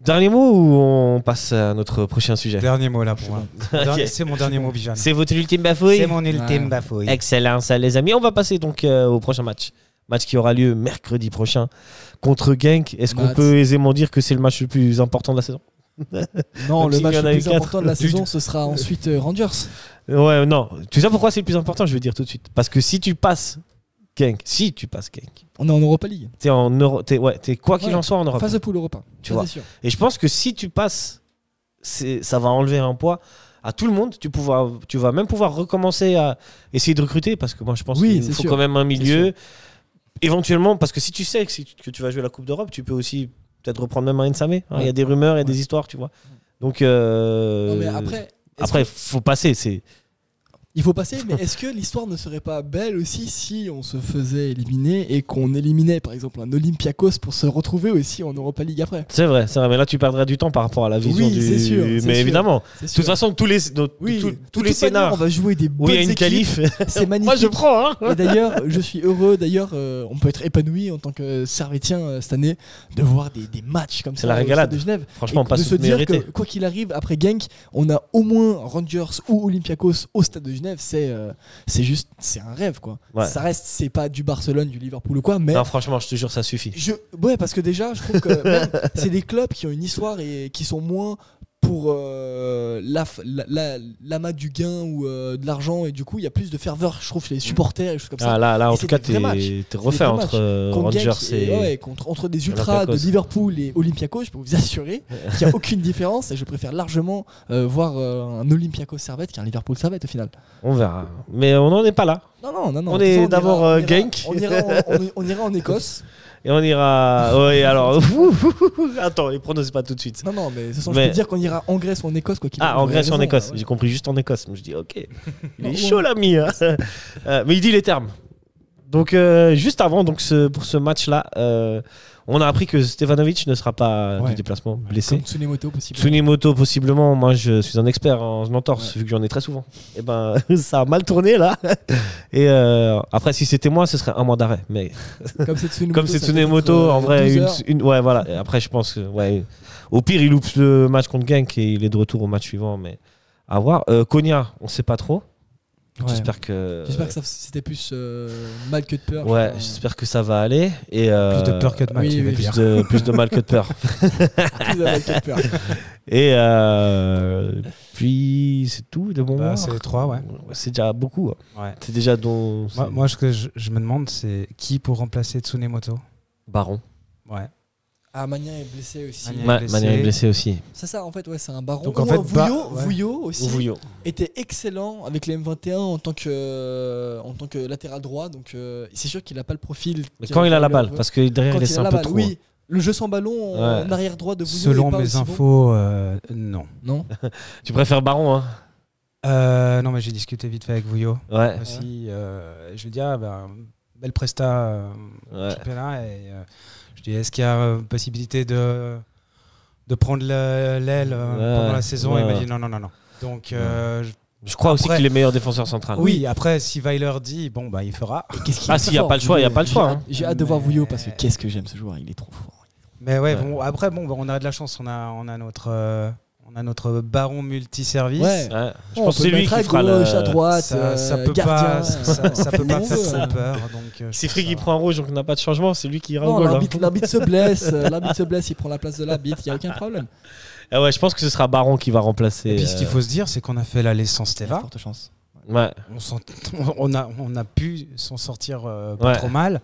Dernier mot ou on passe à notre prochain sujet
Dernier mot là pour moi. Dernier- C'est mon dernier mot, Bijan.
C'est votre ultime bafouille
mon
Ouais.
bafouille.
Excellent, ça les amis. On va passer donc euh, au prochain match. Match qui aura lieu mercredi prochain contre Genk. Est-ce qu'on
Match.
peut aisément dire que c'est le match le plus important de la saison
Non,
Donc,
le
s'il
match
y en
le
a eu
plus
quatre,
important de la
tu-
saison, ce sera ensuite euh, Rangers.
Ouais, non. Tu sais pourquoi c'est le plus important Je vais dire tout de suite. Parce que si tu passes Genk, si tu passes Genk,
On est en Europa League.
t'es en Euro, t'es ouais, t'es quoi qu'il
Ouais.
en soit en Europe.
Phase de poule Europa.
Tu
Ça,
vois.
c'est sûr.
Et je pense que si tu passes, c'est- ça va enlever un poids à tout le monde. Tu, pouvoir, tu vas même pouvoir recommencer à essayer de recruter parce que moi je pense
Oui,
qu'il
c'est
faut
sûr.
quand même un
C'est
milieu. Éventuellement, parce que si tu sais que, si tu- que tu vas jouer la Coupe d'Europe, tu peux aussi peut-être reprendre même un Nsame. hein. Il y a des rumeurs, il y a des histoires, tu vois. Donc euh,
Non, mais après, est-ce
après, faut passer. C'est
Il faut passer, mais est-ce que l'histoire ne serait pas belle aussi si on se faisait éliminer et qu'on éliminait par exemple un Olympiakos pour se retrouver aussi en Europa League après
c'est vrai, c'est vrai. Mais là, tu perdras du temps par rapport à la vision
Oui,
du.
c'est sûr,
mais
c'est sûr.
évidemment,
C'est
de
sûr.
toute façon, tous les donc,
oui,
tous-
de
tous les
toute manière,
scénars
On va jouer des
où il y
bonnes
a une
équipes,
qualif,
C'est magnifique.
moi je prends. hein.
Et d'ailleurs, je suis heureux. D'ailleurs, euh, on peut être épanoui en tant que Servetien euh, cette année de voir des, des matchs comme
C'est la
ça au stade
régalade.
de Genève.
Franchement,
Et
pas
de se
se
dire
mériter.
que quoi qu'il arrive après Genk, on a au moins Rangers ou Olympiakos au stade de Genève. C'est euh, c'est juste, c'est un rêve quoi.
Ouais.
Ça reste, c'est pas du Barcelone, du Liverpool ou quoi, mais
Non, franchement, je te jure, ça suffit.
Je, ouais, parce que déjà, je trouve que même, c'est des clubs qui ont une histoire et qui sont moins pour euh, la, f- la, la- l'amas du gain ou euh, de l'argent. Et du coup, il y a plus de ferveur, je trouve, chez les supporters et des choses comme ça.
Mm. Ah là, là,
Et
en
c'est
tout cas,
des vrais matchs.
t'es t'es refait
vrais
entre
matchs.
euh,
Contre
Rangers
Genk
et.
ouais, contre, entre des ultras de
Olympiakos.
Liverpool et Olympiakos, je peux vous assurer qu'il n'y a aucune différence et je préfère largement euh, voir euh, un Olympiakos Servette qu'un Liverpool Servette au final.
On verra. Mais on n'en est pas là.
Non, non, non, non.
On
De toute
est
façon,
d'abord,
ira-
euh,
on ira-
Genk.
On ira, en- on- on ira en Écosse.
Et on ira. Ouais, alors. Attends, les pronos, c'est pas tout de suite.
Non, non, mais de toute façon, je
Mais-
peux dire qu'on ira en Grèce ou en Écosse, quoi qu'il
Ah,
arrive,
en
on a
Grèce ou en
raison,
Écosse.
ouais.
J'ai compris juste en Écosse. Je me suis dit, ok, il
Non,
est
ouais.
chaud, l'ami. hein. Euh, Mais il dit les termes. Donc, euh, juste avant, donc, ce- pour ce match-là, euh, on a appris que Stevanovic ne sera pas euh,
Ouais.
du déplacement, blessé.
Comme Tsunemoto possible.
Tsunemoto, possiblement, moi je suis un expert en entorse, vu que j'en ai très souvent. Et ben, ça a mal tourné là. Et euh, après, si c'était moi, ce serait un mois d'arrêt. Mais
Comme c'est Tsunemoto.
comme c'est
ça peut être,
Tsunemoto,
euh,
en vrai,
12
une,
heures.
une- ouais, voilà. Et après, je pense que, ouais, au pire, il loupe le match contre Genk et il est de retour au match suivant. Mais à voir. Euh, Konya, on sait pas trop.
Ouais.
J'espère que.
J'espère que ça- c'était plus euh, mal que de peur.
Ouais,
je crois.
j'espère que ça va aller. Et, euh,
Plus de peur que de mal.
oui,
tu vas
oui,
dire.
plus de- plus de mal que de peur.
Plus de mal que de peur.
Et euh, puis, c'est tout de bon.
Bah,
moment.
c'est les trois, ouais.
C'est déjà beaucoup. hein.
Ouais.
C'est déjà dont.
Moi, moi, ce que je, je me demande, c'est qui pour remplacer Tsunemoto
Baron.
Ouais.
Ah, Magnin est blessé aussi.
Magnin.
Ma
blessé.
Manier est blessé aussi.
C'est ça, en fait, ouais, c'est un baron.
Donc, en
Ou
fait,
un Vouillot,
bah- ouais.
Vouillot aussi
Ouvuyo.
était excellent avec les M21 en tant que, euh, en tant que latéral droit. Donc, euh, c'est sûr qu'il n'a pas le profil.
Mais
qui
quand il a la
le-
balle, parce que derrière
quand
il
il
laisse
a
un
la
peu
balle,
trop. hein.
oui. Le jeu sans ballon en
Ouais.
arrière droit de Vouillot. est
Selon
pas
mes
aussi bon.
infos, euh, non.
Non.
Tu préfères Baron, hein
Euh, non, mais j'ai discuté vite fait avec Vouillot.
Ah, Ouais.
Aussi, euh, je lui ai dit, ah, ben, belle presta euh,
Ouais.
championnat. Et, euh, je lui ai dit, est-ce qu'il y a euh, possibilité de, de prendre le- l'aile euh,
Ouais,
pendant la saison
ouais,
Il m'a
ouais.
dit, non, non, non, non. Donc, euh, je-
Je crois aussi
Après-
qu'il est meilleur défenseur central.
oui, après, si Weiler dit, bon, bah, il fera.
Qu'est-ce qu'il
Ah,
est
s'il
très
n'y a
fort,
pas le choix, il n'y a pas le
J'ai
choix.
hâte-
hein.
J'ai hâte de voir
Mais-
Vouillot parce que qu'est-ce que j'aime ce joueur, il est trop fort.
Mais ouais,
Ouais.
bon, après, bon, bah, on a de la chance. On a, on a, notre, euh, on a notre baron multiservice.
Ouais.
Ouais. Je
Oh, On
pense que
peut
c'est
le
lui
mettre à
qui fera
gauche,
le-
à droite,
Ça, ça
euh,
peut
gardien,
pas, ça, ça- ça
on
peut pas
fait
faire
ce qu'on
trop
veut.
peur. Donc, euh, je
C'est
pense
Friggy
que
qui
ça
prend rouge, donc on n'a pas de changement. C'est lui qui ira
Non,
au goal. hein.
l'arbitre l'arbitre se blesse, euh, l'arbitre se blesse, il prend la place de l'arbitre, il n'y a aucun problème.
Ah ouais, je pense que ce sera Baron qui va remplacer.
va. Et puis, ce qu'il
euh,
faut se dire, c'est qu'on a fait la licence
Il y a
Teva.
forte chance.
Ouais.
On, s'en- on, a, on a pu s'en sortir euh, pas
Ouais.
trop mal.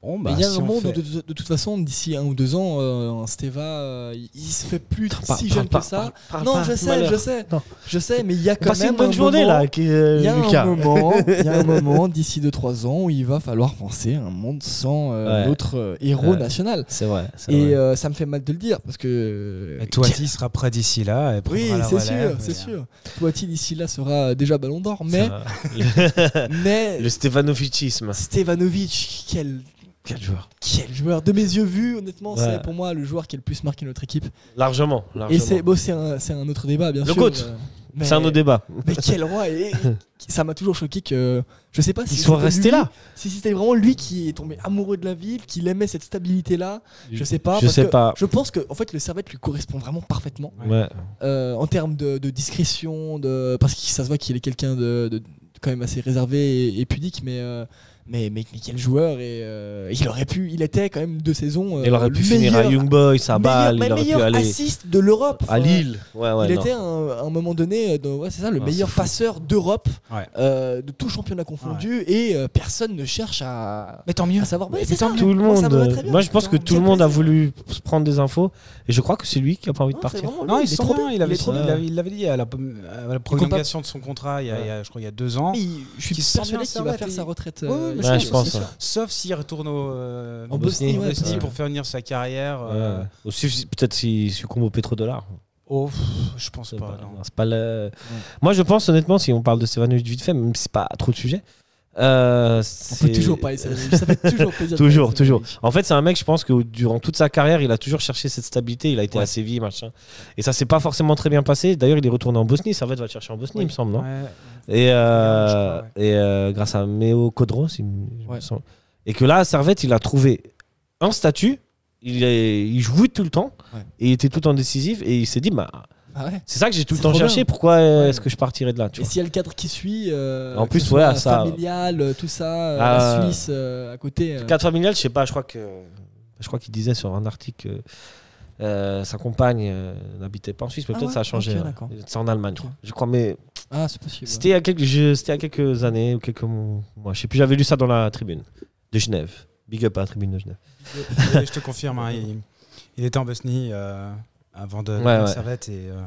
Bon, bah,
Mais il y a
si
un
on
monde où,
fait-
de, de- de toute façon, d'ici un ou deux ans, euh, un Steva, euh, il- il se fait plus
Par-
si
par-
jeune
par-
que ça.
par-
non,
par-
je sais,
malheur.
je sais,
Non.
je sais, mais il y a quand
Passez
même
une bonne
un
journée
moment-
là, qui- euh,
Il y a
Lucas.
un moment, il y a un moment d'ici 2-3 ans où il va falloir penser à un monde sans euh,
Ouais.
notre euh, héros
Ouais.
national.
C'est vrai. c'est
Et
vrai.
euh, ça me fait mal de le dire parce que.
Et Toiti sera prêt d'ici là. et
Oui,
prendra la
c'est sûr,
relève,
c'est
et-
euh,
sûr. Toiti d'ici là sera déjà Ballon d'Or, mais
C'est vrai.
mais
Le Stefanovicisme.
Stevanovic, quel
Quel joueur
Quel joueur De mes yeux vus, honnêtement,
Ouais.
c'est pour moi le joueur qui a le plus marqué notre équipe.
Largement.
Et
largement.
c'est bon, c'est un, c'est un autre débat, bien
Le
sûr.
GOAT.
euh, mais-
C'est un autre débat.
Mais quel roi et, et Ça m'a toujours choqué que. Je sais pas si.
Ils sont
c'était
restés
lui-
là.
Si c'était vraiment lui qui est tombé amoureux de la ville, qu'il aimait cette stabilité-là. Je sais pas.
Je
parce
sais
que
pas.
Je pense que en fait, le Servette lui correspond vraiment parfaitement.
Ouais.
euh, en termes de, de discrétion, de, parce que ça se voit qu'il est quelqu'un de, de- de quand même assez réservé et, et pudique, mais, euh, mais, mais, mais quel joueur et euh, il aurait pu, il était quand même deux saisons. euh,
Il aurait
le
pu finir à
meilleur-
Young Boys, à Bâle,
meilleur-
il aurait
meilleur
pu aller
assist de l'Europe.
à Lille. Ouais, ouais,
il
non.
était à un, à un moment donné, euh, dans- ouais, c'est ça, le
Ah,
meilleur
c'est fou.
passeur d'Europe,
Ouais.
euh, de tout championnat confondu, et euh, personne ne cherche à,
Mais tant mieux.
à savoir. Ouais,
Mais
c'est
tant
Ah, ça.
Tout le
Moi, ça
monde.
me va très bien.
Moi, je pense que
Quel
tout le monde a
plaisir.
voulu se prendre des infos. Et je crois que c'est lui qui a pas envie de
Non, c'est
partir.
vraiment lui,
Non,
il
il,
est
s'en
trop
va,
bien.
il avait-
est trop
il
bien.
avait- il l'avait dit à la, à la prolongation de son contrat, il y a,
Ouais.
il y a- je crois il y a deux ans.
Mais il- je suis
Qui se sent bien,
persuadé qu'il va
Servette,
faire
il-
sa retraite.
Ouais,
euh,
ouais, mais
Ouais, je
c'est
pense.
sûr.
ouais.
Sauf s'il retourne au, euh,
En Bosnie,
Bosnie,
ouais,
Bosnie
ouais.
pour faire venir sa carrière. euh,
Ouais. Ou si- Peut-être s'il succombe au pétrodollar.
Oh, pff, je pense pas. non.
Non, c'est pas le- Moi, je pense honnêtement, si on parle de Stevanovic vite fait, même si c'est pas trop de sujet. euh,
On
c'est
peut toujours parler de Savic. Ça fait toujours plaisir. de
Toujours,
parler de
toujours.
Savic.
En fait, c'est un mec, je pense que durant toute sa carrière, il a toujours cherché cette stabilité. Il a été
Ouais.
à Séville, machin. Et ça s'est pas forcément très bien passé. D'ailleurs, il est retourné en Bosnie. Ça va être va le chercher en Bosnie, il me semble, non
Ouais.
Et, euh,
Je crois,
et euh, grâce à Méo Codros, il me- il me
Ouais.
semble. Et que là, Servette, il a trouvé un statut. Il, est- il jouait tout le temps.
Ouais.
Et il était tout le temps décisif. Et il s'est dit, bah,
Ah ouais.
c'est ça que j'ai tout le
C'est
temps
trop
cherché.
bien.
Pourquoi euh,
Ouais.
est-ce que je partirais de là tu
Et
vois
s'il y a le cadre qui suit, euh,
En
que
plus,
ce soit
ouais, ça-
familial, euh, tout ça, euh,
Ah.
la Suisse euh, à côté. euh,
Quatre familiales, je sais pas, je crois que je crois qu'il disait sur un article que euh, sa compagne euh, n'habitait pas en Suisse, mais
Ah
peut-être
ouais
ça a changé.
Ok,
ouais.
d'accord.
C'est en Allemagne, je crois. Je crois, mais
Ah, c'est possible. ouais.
c'était il y a quelques je- c'était il y a quelques années ou quelques mois, je sais plus, j'avais lu ça dans la tribune de Genève. Big up à la tribune de Genève.
Et je te confirme, hein, il, il était en Bosnie euh, avant de
Ouais,
la
ouais.
servette et euh,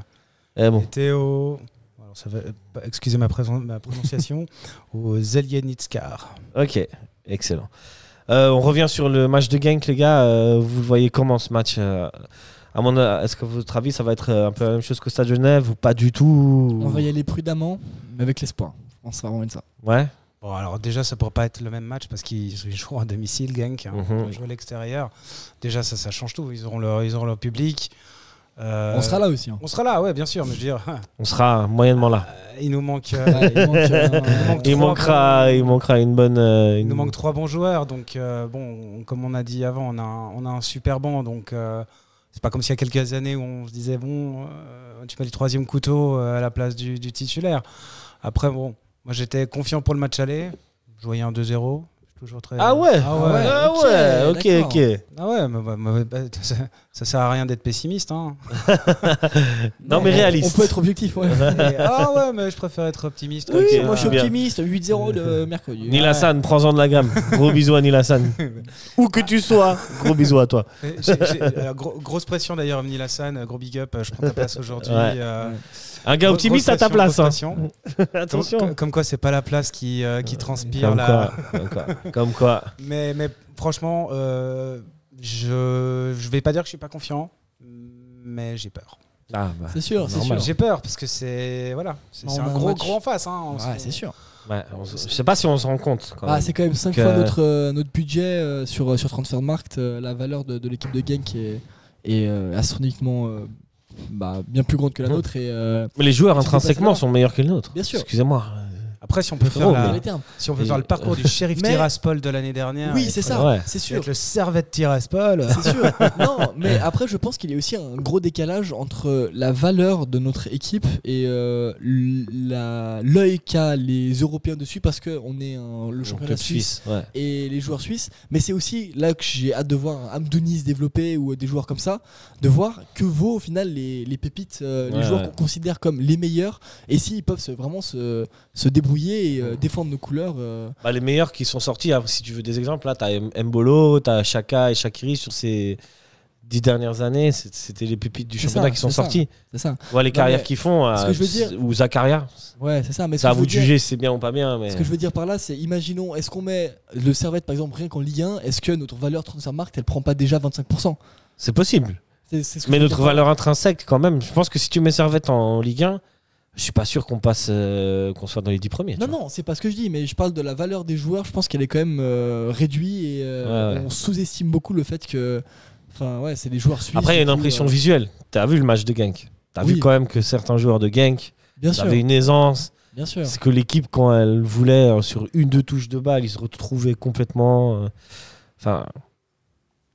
Eh
il
bon,
était au. alors, ça va- bah, excusez ma, présent- ma prononciation, au Zeljenitskar.
OK, excellent. Euh, on revient sur le match de Genk, les gars. Euh, vous le voyez comment ce match euh, à mon, Est-ce que, à votre avis, ça va être euh, un peu la même chose qu'au Stade de Genève ou pas du tout
On va y aller prudemment, mais avec l'espoir. Je pense que ça va vraiment être ça.
Ouais.
Bon, alors déjà, ça pourrait pas être le même match parce qu'ils ils jouent à domicile, Genk. hein.
Mhm.
Ils jouent à l'extérieur. Déjà, ça, ça change tout. Ils auront leur, ils auront leur public. Euh,
On sera là aussi. hein.
On sera là, ouais, bien sûr. Mais je veux dire,
On sera moyennement là.
euh, il nous manque. euh,
Ouais, il manque, euh,
manque
Il
trois
manquera,
bons-
il manquera une bonne. euh,
Il
une-
nous manque trois bons joueurs, donc euh, bon, on- comme on a dit avant, on a un, on a un super banc, donc euh, c'est pas comme s'il y a quelques années où on se disait bon, euh, tu mets le troisième couteau euh, à la place du, du titulaire. Après bon, moi j'étais confiant pour le match aller, je voyais un 2-0, je suis toujours très.
Ah ouais,
ah ouais,
ah
ok,
ouais, ok,
d'accord.
ok.
Ah ouais, mais- mais- mais- bah, ça, ça sert à rien d'être pessimiste. Hein.
Non, mais réaliste.
On peut être objectif, ouais.
Et- ah ouais, mais je préfère être optimiste.
Oui,
comme ça.
moi je suis
bien.
optimiste, 8-0 le mercredi.
Nilassan, prends-en de la gamme. Gros bisous à Nilassan. Où que tu sois, gros bisous à toi.
Et j'ai- j'ai- alors, gros- grosse pression d'ailleurs, Amni Lassane, gros big up, euh, je prends ta place aujourd'hui.
Ouais.
euh,
Un gars
Grosse
optimiste à ta
pression, grosse
place. hein.
pression. Comme,
Attention.
comme- comme quoi, c'est pas la place qui, euh, qui transpire
Comme
euh, là.
quoi, comme quoi, comme quoi.
Mais, mais franchement, euh, je, je vais pas dire que je suis pas confiant, mais j'ai peur.
Ah, bah,
C'est sûr, c'est
normal.
sûr.
J'ai peur parce que c'est voilà, c'est
On
c'est
a
un
un
gros
match.
gros en face. hein. On-
Ouais, c'est sûr.
Ouais, Bah, on se- je sais pas si on se rend compte. Quand
Ah,
même.
c'est quand même 5
que-
fois notre, euh, notre budget euh, sur, euh, sur Transfermarkt. euh, la valeur de, de l'équipe de Genk est, est euh, astronomiquement euh, bah, bien plus grande que la
Mhm.
nôtre. Et, euh,
Mais les joueurs
Parce que
intrinsèquement
parce que
sont meilleurs que les nôtres.
Bien sûr.
Excusez-moi. euh,
Après, si on peut faire,
Frérot,
la-
dans les termes.
si on peut
Et-
faire le parcours du shérif
Mais-
Tiraspol de l'année dernière,
Oui,
et-
c'est
Ouais.
ça, c'est
et
sûr.
être le servette Tiraspol. euh,
C'est sûr. non, mais après, je pense qu'il y a aussi un gros décalage entre la valeur de notre équipe et euh, l- la- l'œil qu'a les Européens dessus parce qu'on est un- le championnat
Club suisse.
suisse.
ouais.
et les joueurs suisses. Mais c'est aussi là que j'ai hâte de voir un Hamdouni se développer ou des joueurs comme ça, de voir que vaut au final les, les pépites, euh,
Ouais,
les joueurs
ouais.
qu'on considère comme les meilleurs, et s'ils peuvent se- vraiment se, se débrouiller et euh, défendre nos couleurs. euh,
Bah, les meilleurs qui sont sortis, hein, si tu veux des exemples, là, t'as M- Mbolo, t'as Chaka et Shakiri sur ces dix dernières années, c'est- c'était les pépites du
C'est
championnat
ça,
qui sont
c'est ça.
sortis.
c'est ça.
Ouais, les
Non,
carrières
mais
qu'ils font,
ce
euh,
que je veux dire-
ou Zakaria,
Ouais, c'est ça. Mais ce
c'est à
que je
vous
veux
de
dire-
juger si c'est bien ou pas bien. Mais...
Ce que je veux dire par là, c'est imaginons, est-ce qu'on met le Servette par exemple rien qu'en Ligue 1, est-ce que notre valeur Transfermarkt elle prend pas déjà 25%
C'est possible.
C'est- c'est ce que
Mais
je veux
notre
dire par là.
valeur intrinsèque, quand même, je pense que si tu mets Servette en Ligue 1, Je suis pas sûr qu'on passe, euh, qu'on soit dans les 10 premiers. tu
Non, non, c'est pas ce que je dis, mais je parle de la valeur des joueurs. Je pense qu'elle est quand même euh, réduite et euh,
Ouais, ouais.
on sous-estime beaucoup le fait que. Enfin, ouais, c'est des joueurs suisses.
Après, il y a une
du coup,
impression
euh,
visuelle. T'as vu le match de Genk. T'as vu
Oui.
quand même que certains joueurs de Genk
bien sûr,
avaient une aisance.
bien sûr.
C'est que l'équipe, quand elle voulait euh, sur une, deux touches de balle, ils se retrouvaient complètement. euh, Enfin,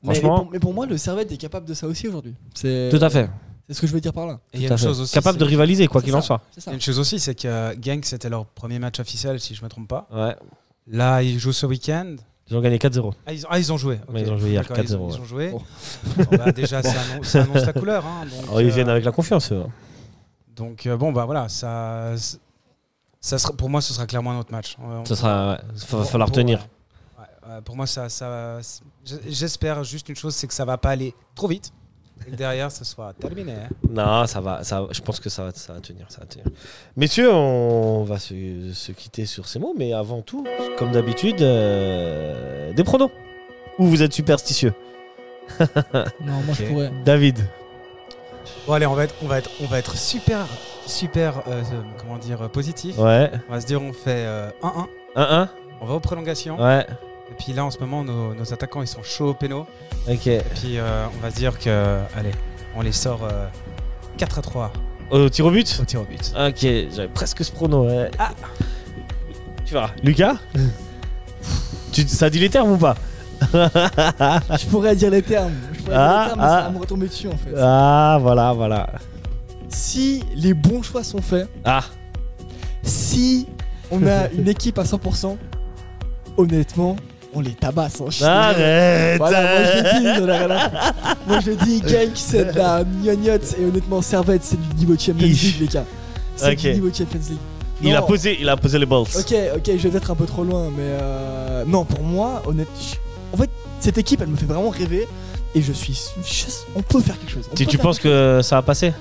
Mais- Mais,
franchement-
pour, mais pour moi, le Servette est capable de ça aussi aujourd'hui. C'est
tout à fait.
C'est ce que je veux dire par là.
Et il y
tout
a
à
une
fait.
chose aussi.
Capable de
c'est-
rivaliser, quoi qu'il
ça.
en soit.
C'est
il y
ça.
a une chose aussi, c'est que Gang, c'était leur premier match officiel, si je me trompe pas.
Ouais.
Là, ils jouent ce week-end.
Ils ont gagné 4-0.
Ah, ils ont, ah, ils ont joué. ok.
Ouais, ils ont joué hier,
D'accord, ils
4-0,
ont- Ils
ouais.
ont joué.
Bon.
Bon, bah, déjà, ça, annonce, ça annonce la couleur. hein, donc,
Oh, ils
euh,
viennent avec la confiance. eux.
donc, euh, bon, bah voilà, ça, ça sera, pour moi, ce sera clairement un autre match. Euh, On-
Ça sera. ouais, va
Pour-
falloir
pour-
tenir.
ouais. Ouais, ouais, pour moi, ça, ça, c'est- j'- j'espère juste une chose, c'est que ça va pas aller trop vite. Et que derrière, ce soit terminé. hein.
Non, ça va, ça, je pense que ça va, ça va tenir, ça va tenir. Messieurs, on va se, se quitter sur ces mots, mais avant tout, comme d'habitude, euh, des pronos. Ou vous êtes superstitieux.
Non, moi je
Ok.
pourrais.
David.
Bon, allez, on va être, on va être, on va être super, super, euh, euh, comment dire, euh, positif.
Ouais.
On va se dire, on fait euh, 1-1.
1-1.
on va aux prolongations.
Ouais.
Et puis là, en ce moment, nos, nos attaquants, ils sont chauds au péno.
Ok.
Et puis, euh, on va se dire que, allez, on les sort euh, 4 à 3
Au tir au but
au tir au but.
Ok, j'avais presque ce prono. ouais. Tu verras. Ah. Lucas Tu- Ça dit les termes ou pas
Je pourrais dire les termes. Je pourrais
Ah,
dire les termes, mais
ah.
ça va me retomber dessus en fait.
Ah, voilà, voilà.
Si les bons choix sont faits,
Ah,
si on a une équipe à 100%, honnêtement, on les tabasse. hein, je-
Ah, arrête
Voilà, moi je l'ai dit, oh on a rien à foutre. Moi je l'ai dit, Gank c'est de la gnognotte et honnêtement Servette c'est du niveau Champions
Ich.
League les gars. C'est
Ok.
du niveau Champions League.
Il a
Non.
posé, il a posé les balls.
Ok, ok, je vais peut-être un peu trop loin, mais euh, non, pour moi, honnêtement, en fait, cette équipe, elle me fait vraiment rêver, et je suis, je- on peut faire quelque chose. on
Tu,
peut
tu
faire-
penses que ça va passer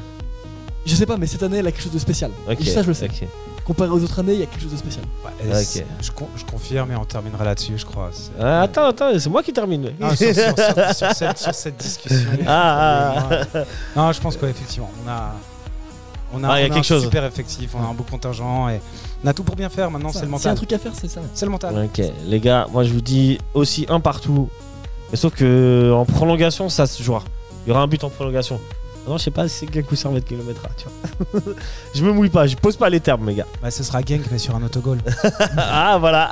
Je sais pas, mais cette année, elle a quelque chose de spécial.
Ok.
Et ça, je le sais.
ok.
Comparé aux autres années, il y a quelque chose de spécial.
Ouais,
Ok.
c'est- je, con- je confirme et on terminera là-dessus, je crois. C'est-
Ah, attends, attends, c'est moi qui termine.
Ah, sur, sur- sur- sur cette, sur cette discussion.
Ah, ah,
Euh, Non, je pense qu'effectivement, on a, on a,
Ah, il y a
on a
quelque
un
chose.
super effectif, on a un beau contingent et on a tout pour bien faire. Maintenant,
Ça,
c'est le
S'il y a un
mental.
truc à faire, c'est ça.
C'est le mental.
Ok, les gars, moi je vous dis aussi un partout. Mais sauf que en prolongation, ça se jouera. Il y aura un but en prolongation. Non, je sais pas si c'est Gaku Servette qui le mettra, tu vois. je me mouille pas, je pose pas les termes, les gars.
Bah, ce sera Genk, mais sur un autogol.
ah, voilà.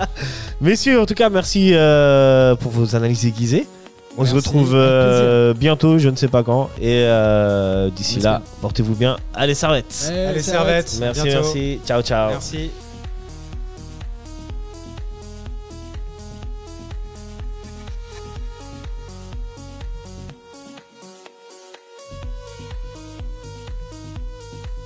Messieurs, en tout cas, merci euh, pour vos analyses aiguisées. On se
Merci,
retrouve euh, bientôt, je ne sais pas quand. Et euh, d'ici là, portez-vous bien. Allez, Servette.
Allez, Servette.
Merci,
bientôt.
merci. Ciao, ciao.
Merci.